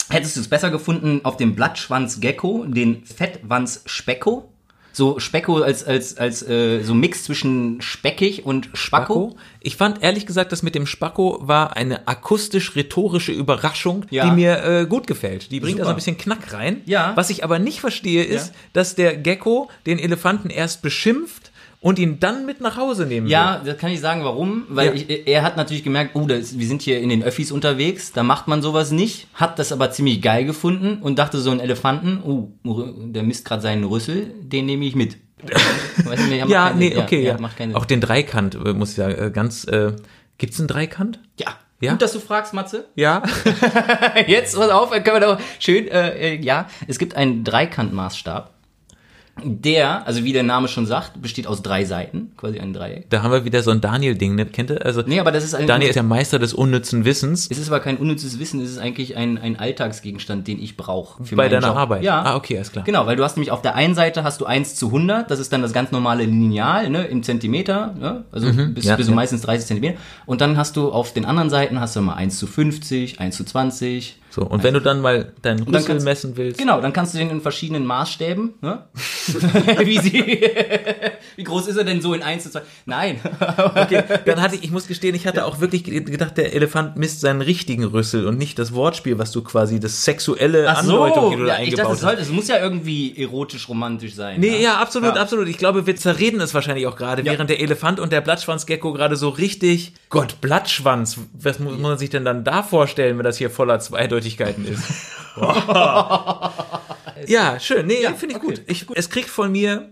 Speaker 2: Hättest du es besser gefunden auf dem Blattschwanz-Gecko, den Fettwanz-Specko? So Specko als, als, als äh, so Mix zwischen speckig und Spacko?
Speaker 1: Spacko. Ich fand ehrlich gesagt, das mit dem Spacko war eine akustisch-rhetorische Überraschung,
Speaker 2: Ja.
Speaker 1: die mir äh, gut gefällt. Die bringt
Speaker 2: Super.
Speaker 1: also ein bisschen Knack rein.
Speaker 2: Ja.
Speaker 1: Was ich aber nicht verstehe, ist, dass der Gecko den Elefanten erst beschimpft und ihn dann mit nach Hause nehmen
Speaker 2: Ja, das kann ich sagen, warum. Weil
Speaker 1: Ja.
Speaker 2: ich, er hat natürlich gemerkt, oh, das, wir sind hier in den Öffis unterwegs, da macht man sowas nicht. Hat das aber ziemlich geil gefunden und dachte so, ein Elefanten, oh, der misst gerade seinen Rüssel, den nehme ich mit. weißt du, nee, macht
Speaker 1: will. Ja,
Speaker 2: keinen
Speaker 1: nee,
Speaker 2: Sinn.
Speaker 1: okay.
Speaker 2: Ja,
Speaker 1: Ja,
Speaker 2: ja. Macht keinen Sinn.
Speaker 1: Auch den Dreikant, äh, muss ich sagen, äh, ganz, äh, gibt's einen Dreikant?
Speaker 2: Ja.
Speaker 1: Ja?
Speaker 2: Gut, dass du fragst, Matze.
Speaker 1: Ja.
Speaker 2: Jetzt, pass auf, dann können wir doch schön, äh, äh, ja, es gibt einen Dreikantmaßstab. Der, also wie der Name schon sagt, besteht aus drei Seiten, quasi ein Dreieck.
Speaker 1: da haben wir wieder so ein Daniel-Ding, ne? Kennt ihr? Also,
Speaker 2: Nee, aber das ist ein,
Speaker 1: Daniel ist der Meister des unnützen Wissens.
Speaker 2: es ist aber kein unnützes Wissen, es ist eigentlich ein, ein Alltagsgegenstand, den ich brauche. für
Speaker 1: Bei
Speaker 2: meinen
Speaker 1: deiner
Speaker 2: Job.
Speaker 1: Arbeit?
Speaker 2: Ja.
Speaker 1: Ah, okay, alles klar.
Speaker 2: Genau, weil du hast nämlich auf der einen Seite hast du 1 zu 100, das ist dann das ganz normale Lineal, ne, im Zentimeter, ne, also bis,
Speaker 1: Mhm. ja,
Speaker 2: bis so
Speaker 1: ja.
Speaker 2: meistens 30 Zentimeter. Und dann hast du auf den anderen Seiten hast du mal 1 zu 50, 1 zu 20,
Speaker 1: So, und wenn du dann mal deinen
Speaker 2: dann
Speaker 1: Rüssel
Speaker 2: kannst-
Speaker 1: messen willst.
Speaker 2: Genau, dann kannst du den in verschiedenen Maßstäben. Ne? wie, sie, wie groß ist er denn so in 1 zu 2? Nein.
Speaker 1: Okay, dann hatte ich, ich muss gestehen, ich hatte auch wirklich ge- gedacht, der Elefant misst seinen richtigen Rüssel und nicht das Wortspiel, was du quasi, das sexuelle Andeutung, die du da
Speaker 2: ja, ich
Speaker 1: eingebaut
Speaker 2: dachte, es,
Speaker 1: hast.
Speaker 2: sollte, es muss ja irgendwie erotisch-romantisch sein. ne?
Speaker 1: Nee, ja, absolut,
Speaker 2: Ja.
Speaker 1: absolut. Ich glaube, wir zerreden es wahrscheinlich auch gerade, während der Elefant und der Blattschwanzgecko gerade so richtig, Gott, Blattschwanz, was mu- muss man sich denn dann da vorstellen, wenn das hier voller Zweideutigkeiten ist? ja, schön. Nee, finde ich gut. Ich, es kriegt von mir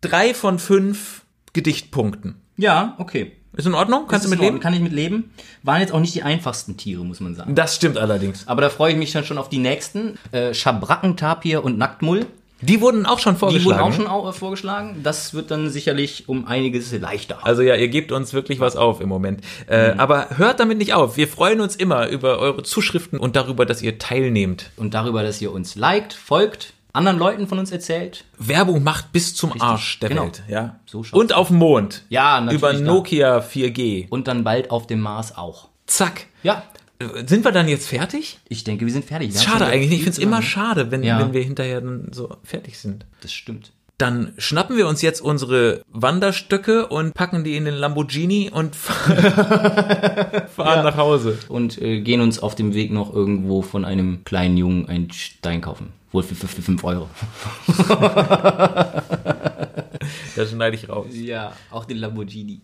Speaker 1: drei von fünf Gedichtpunkten.
Speaker 2: Ja, okay.
Speaker 1: Ist in Ordnung? Kannst du
Speaker 2: Ist in
Speaker 1: mit leben?
Speaker 2: Ordnung, Kann ich mit leben. Waren jetzt auch nicht die einfachsten Tiere, muss man sagen.
Speaker 1: Das stimmt allerdings.
Speaker 2: Aber da freue ich mich dann schon auf die nächsten. Äh, Schabrackentapir und Nacktmull.
Speaker 1: Die wurden auch schon
Speaker 2: Die
Speaker 1: vorgeschlagen. ne?
Speaker 2: wurden auch schon au- äh, vorgeschlagen. Das wird dann sicherlich um einiges leichter.
Speaker 1: also ja, ihr gebt uns wirklich was auf im Moment. Äh,
Speaker 2: Mhm.
Speaker 1: Aber hört damit nicht auf. Wir freuen uns immer über eure Zuschriften und darüber, dass ihr teilnehmt.
Speaker 2: Und darüber, dass ihr uns liked, folgt, anderen Leuten von uns erzählt.
Speaker 1: Werbung macht bis zum Arsch der
Speaker 2: genau.
Speaker 1: Welt. Ja.
Speaker 2: So schaut's
Speaker 1: und auf dem Mond.
Speaker 2: Ja, natürlich.
Speaker 1: Über
Speaker 2: da.
Speaker 1: Nokia 4G.
Speaker 2: Und dann bald auf dem Mars auch.
Speaker 1: Zack. Äh,
Speaker 2: Ja,
Speaker 1: Sind wir dann jetzt fertig?
Speaker 2: ich denke, wir sind fertig. Wir haben
Speaker 1: Schade
Speaker 2: schon
Speaker 1: eigentlich. Ich
Speaker 2: viel
Speaker 1: finde es
Speaker 2: zu lange-
Speaker 1: immer schade, wenn,
Speaker 2: Ja.
Speaker 1: wenn wir hinterher dann so fertig sind.
Speaker 2: Das stimmt.
Speaker 1: Dann schnappen wir uns jetzt unsere Wanderstöcke und packen die in den Lamborghini und fahren nach Hause.
Speaker 2: Und äh, gehen uns auf dem Weg noch irgendwo von einem kleinen Jungen einen Stein kaufen. Wohl für 5 Euro.
Speaker 1: Das schneide ich raus.
Speaker 2: Ja, auch den Lamborghini.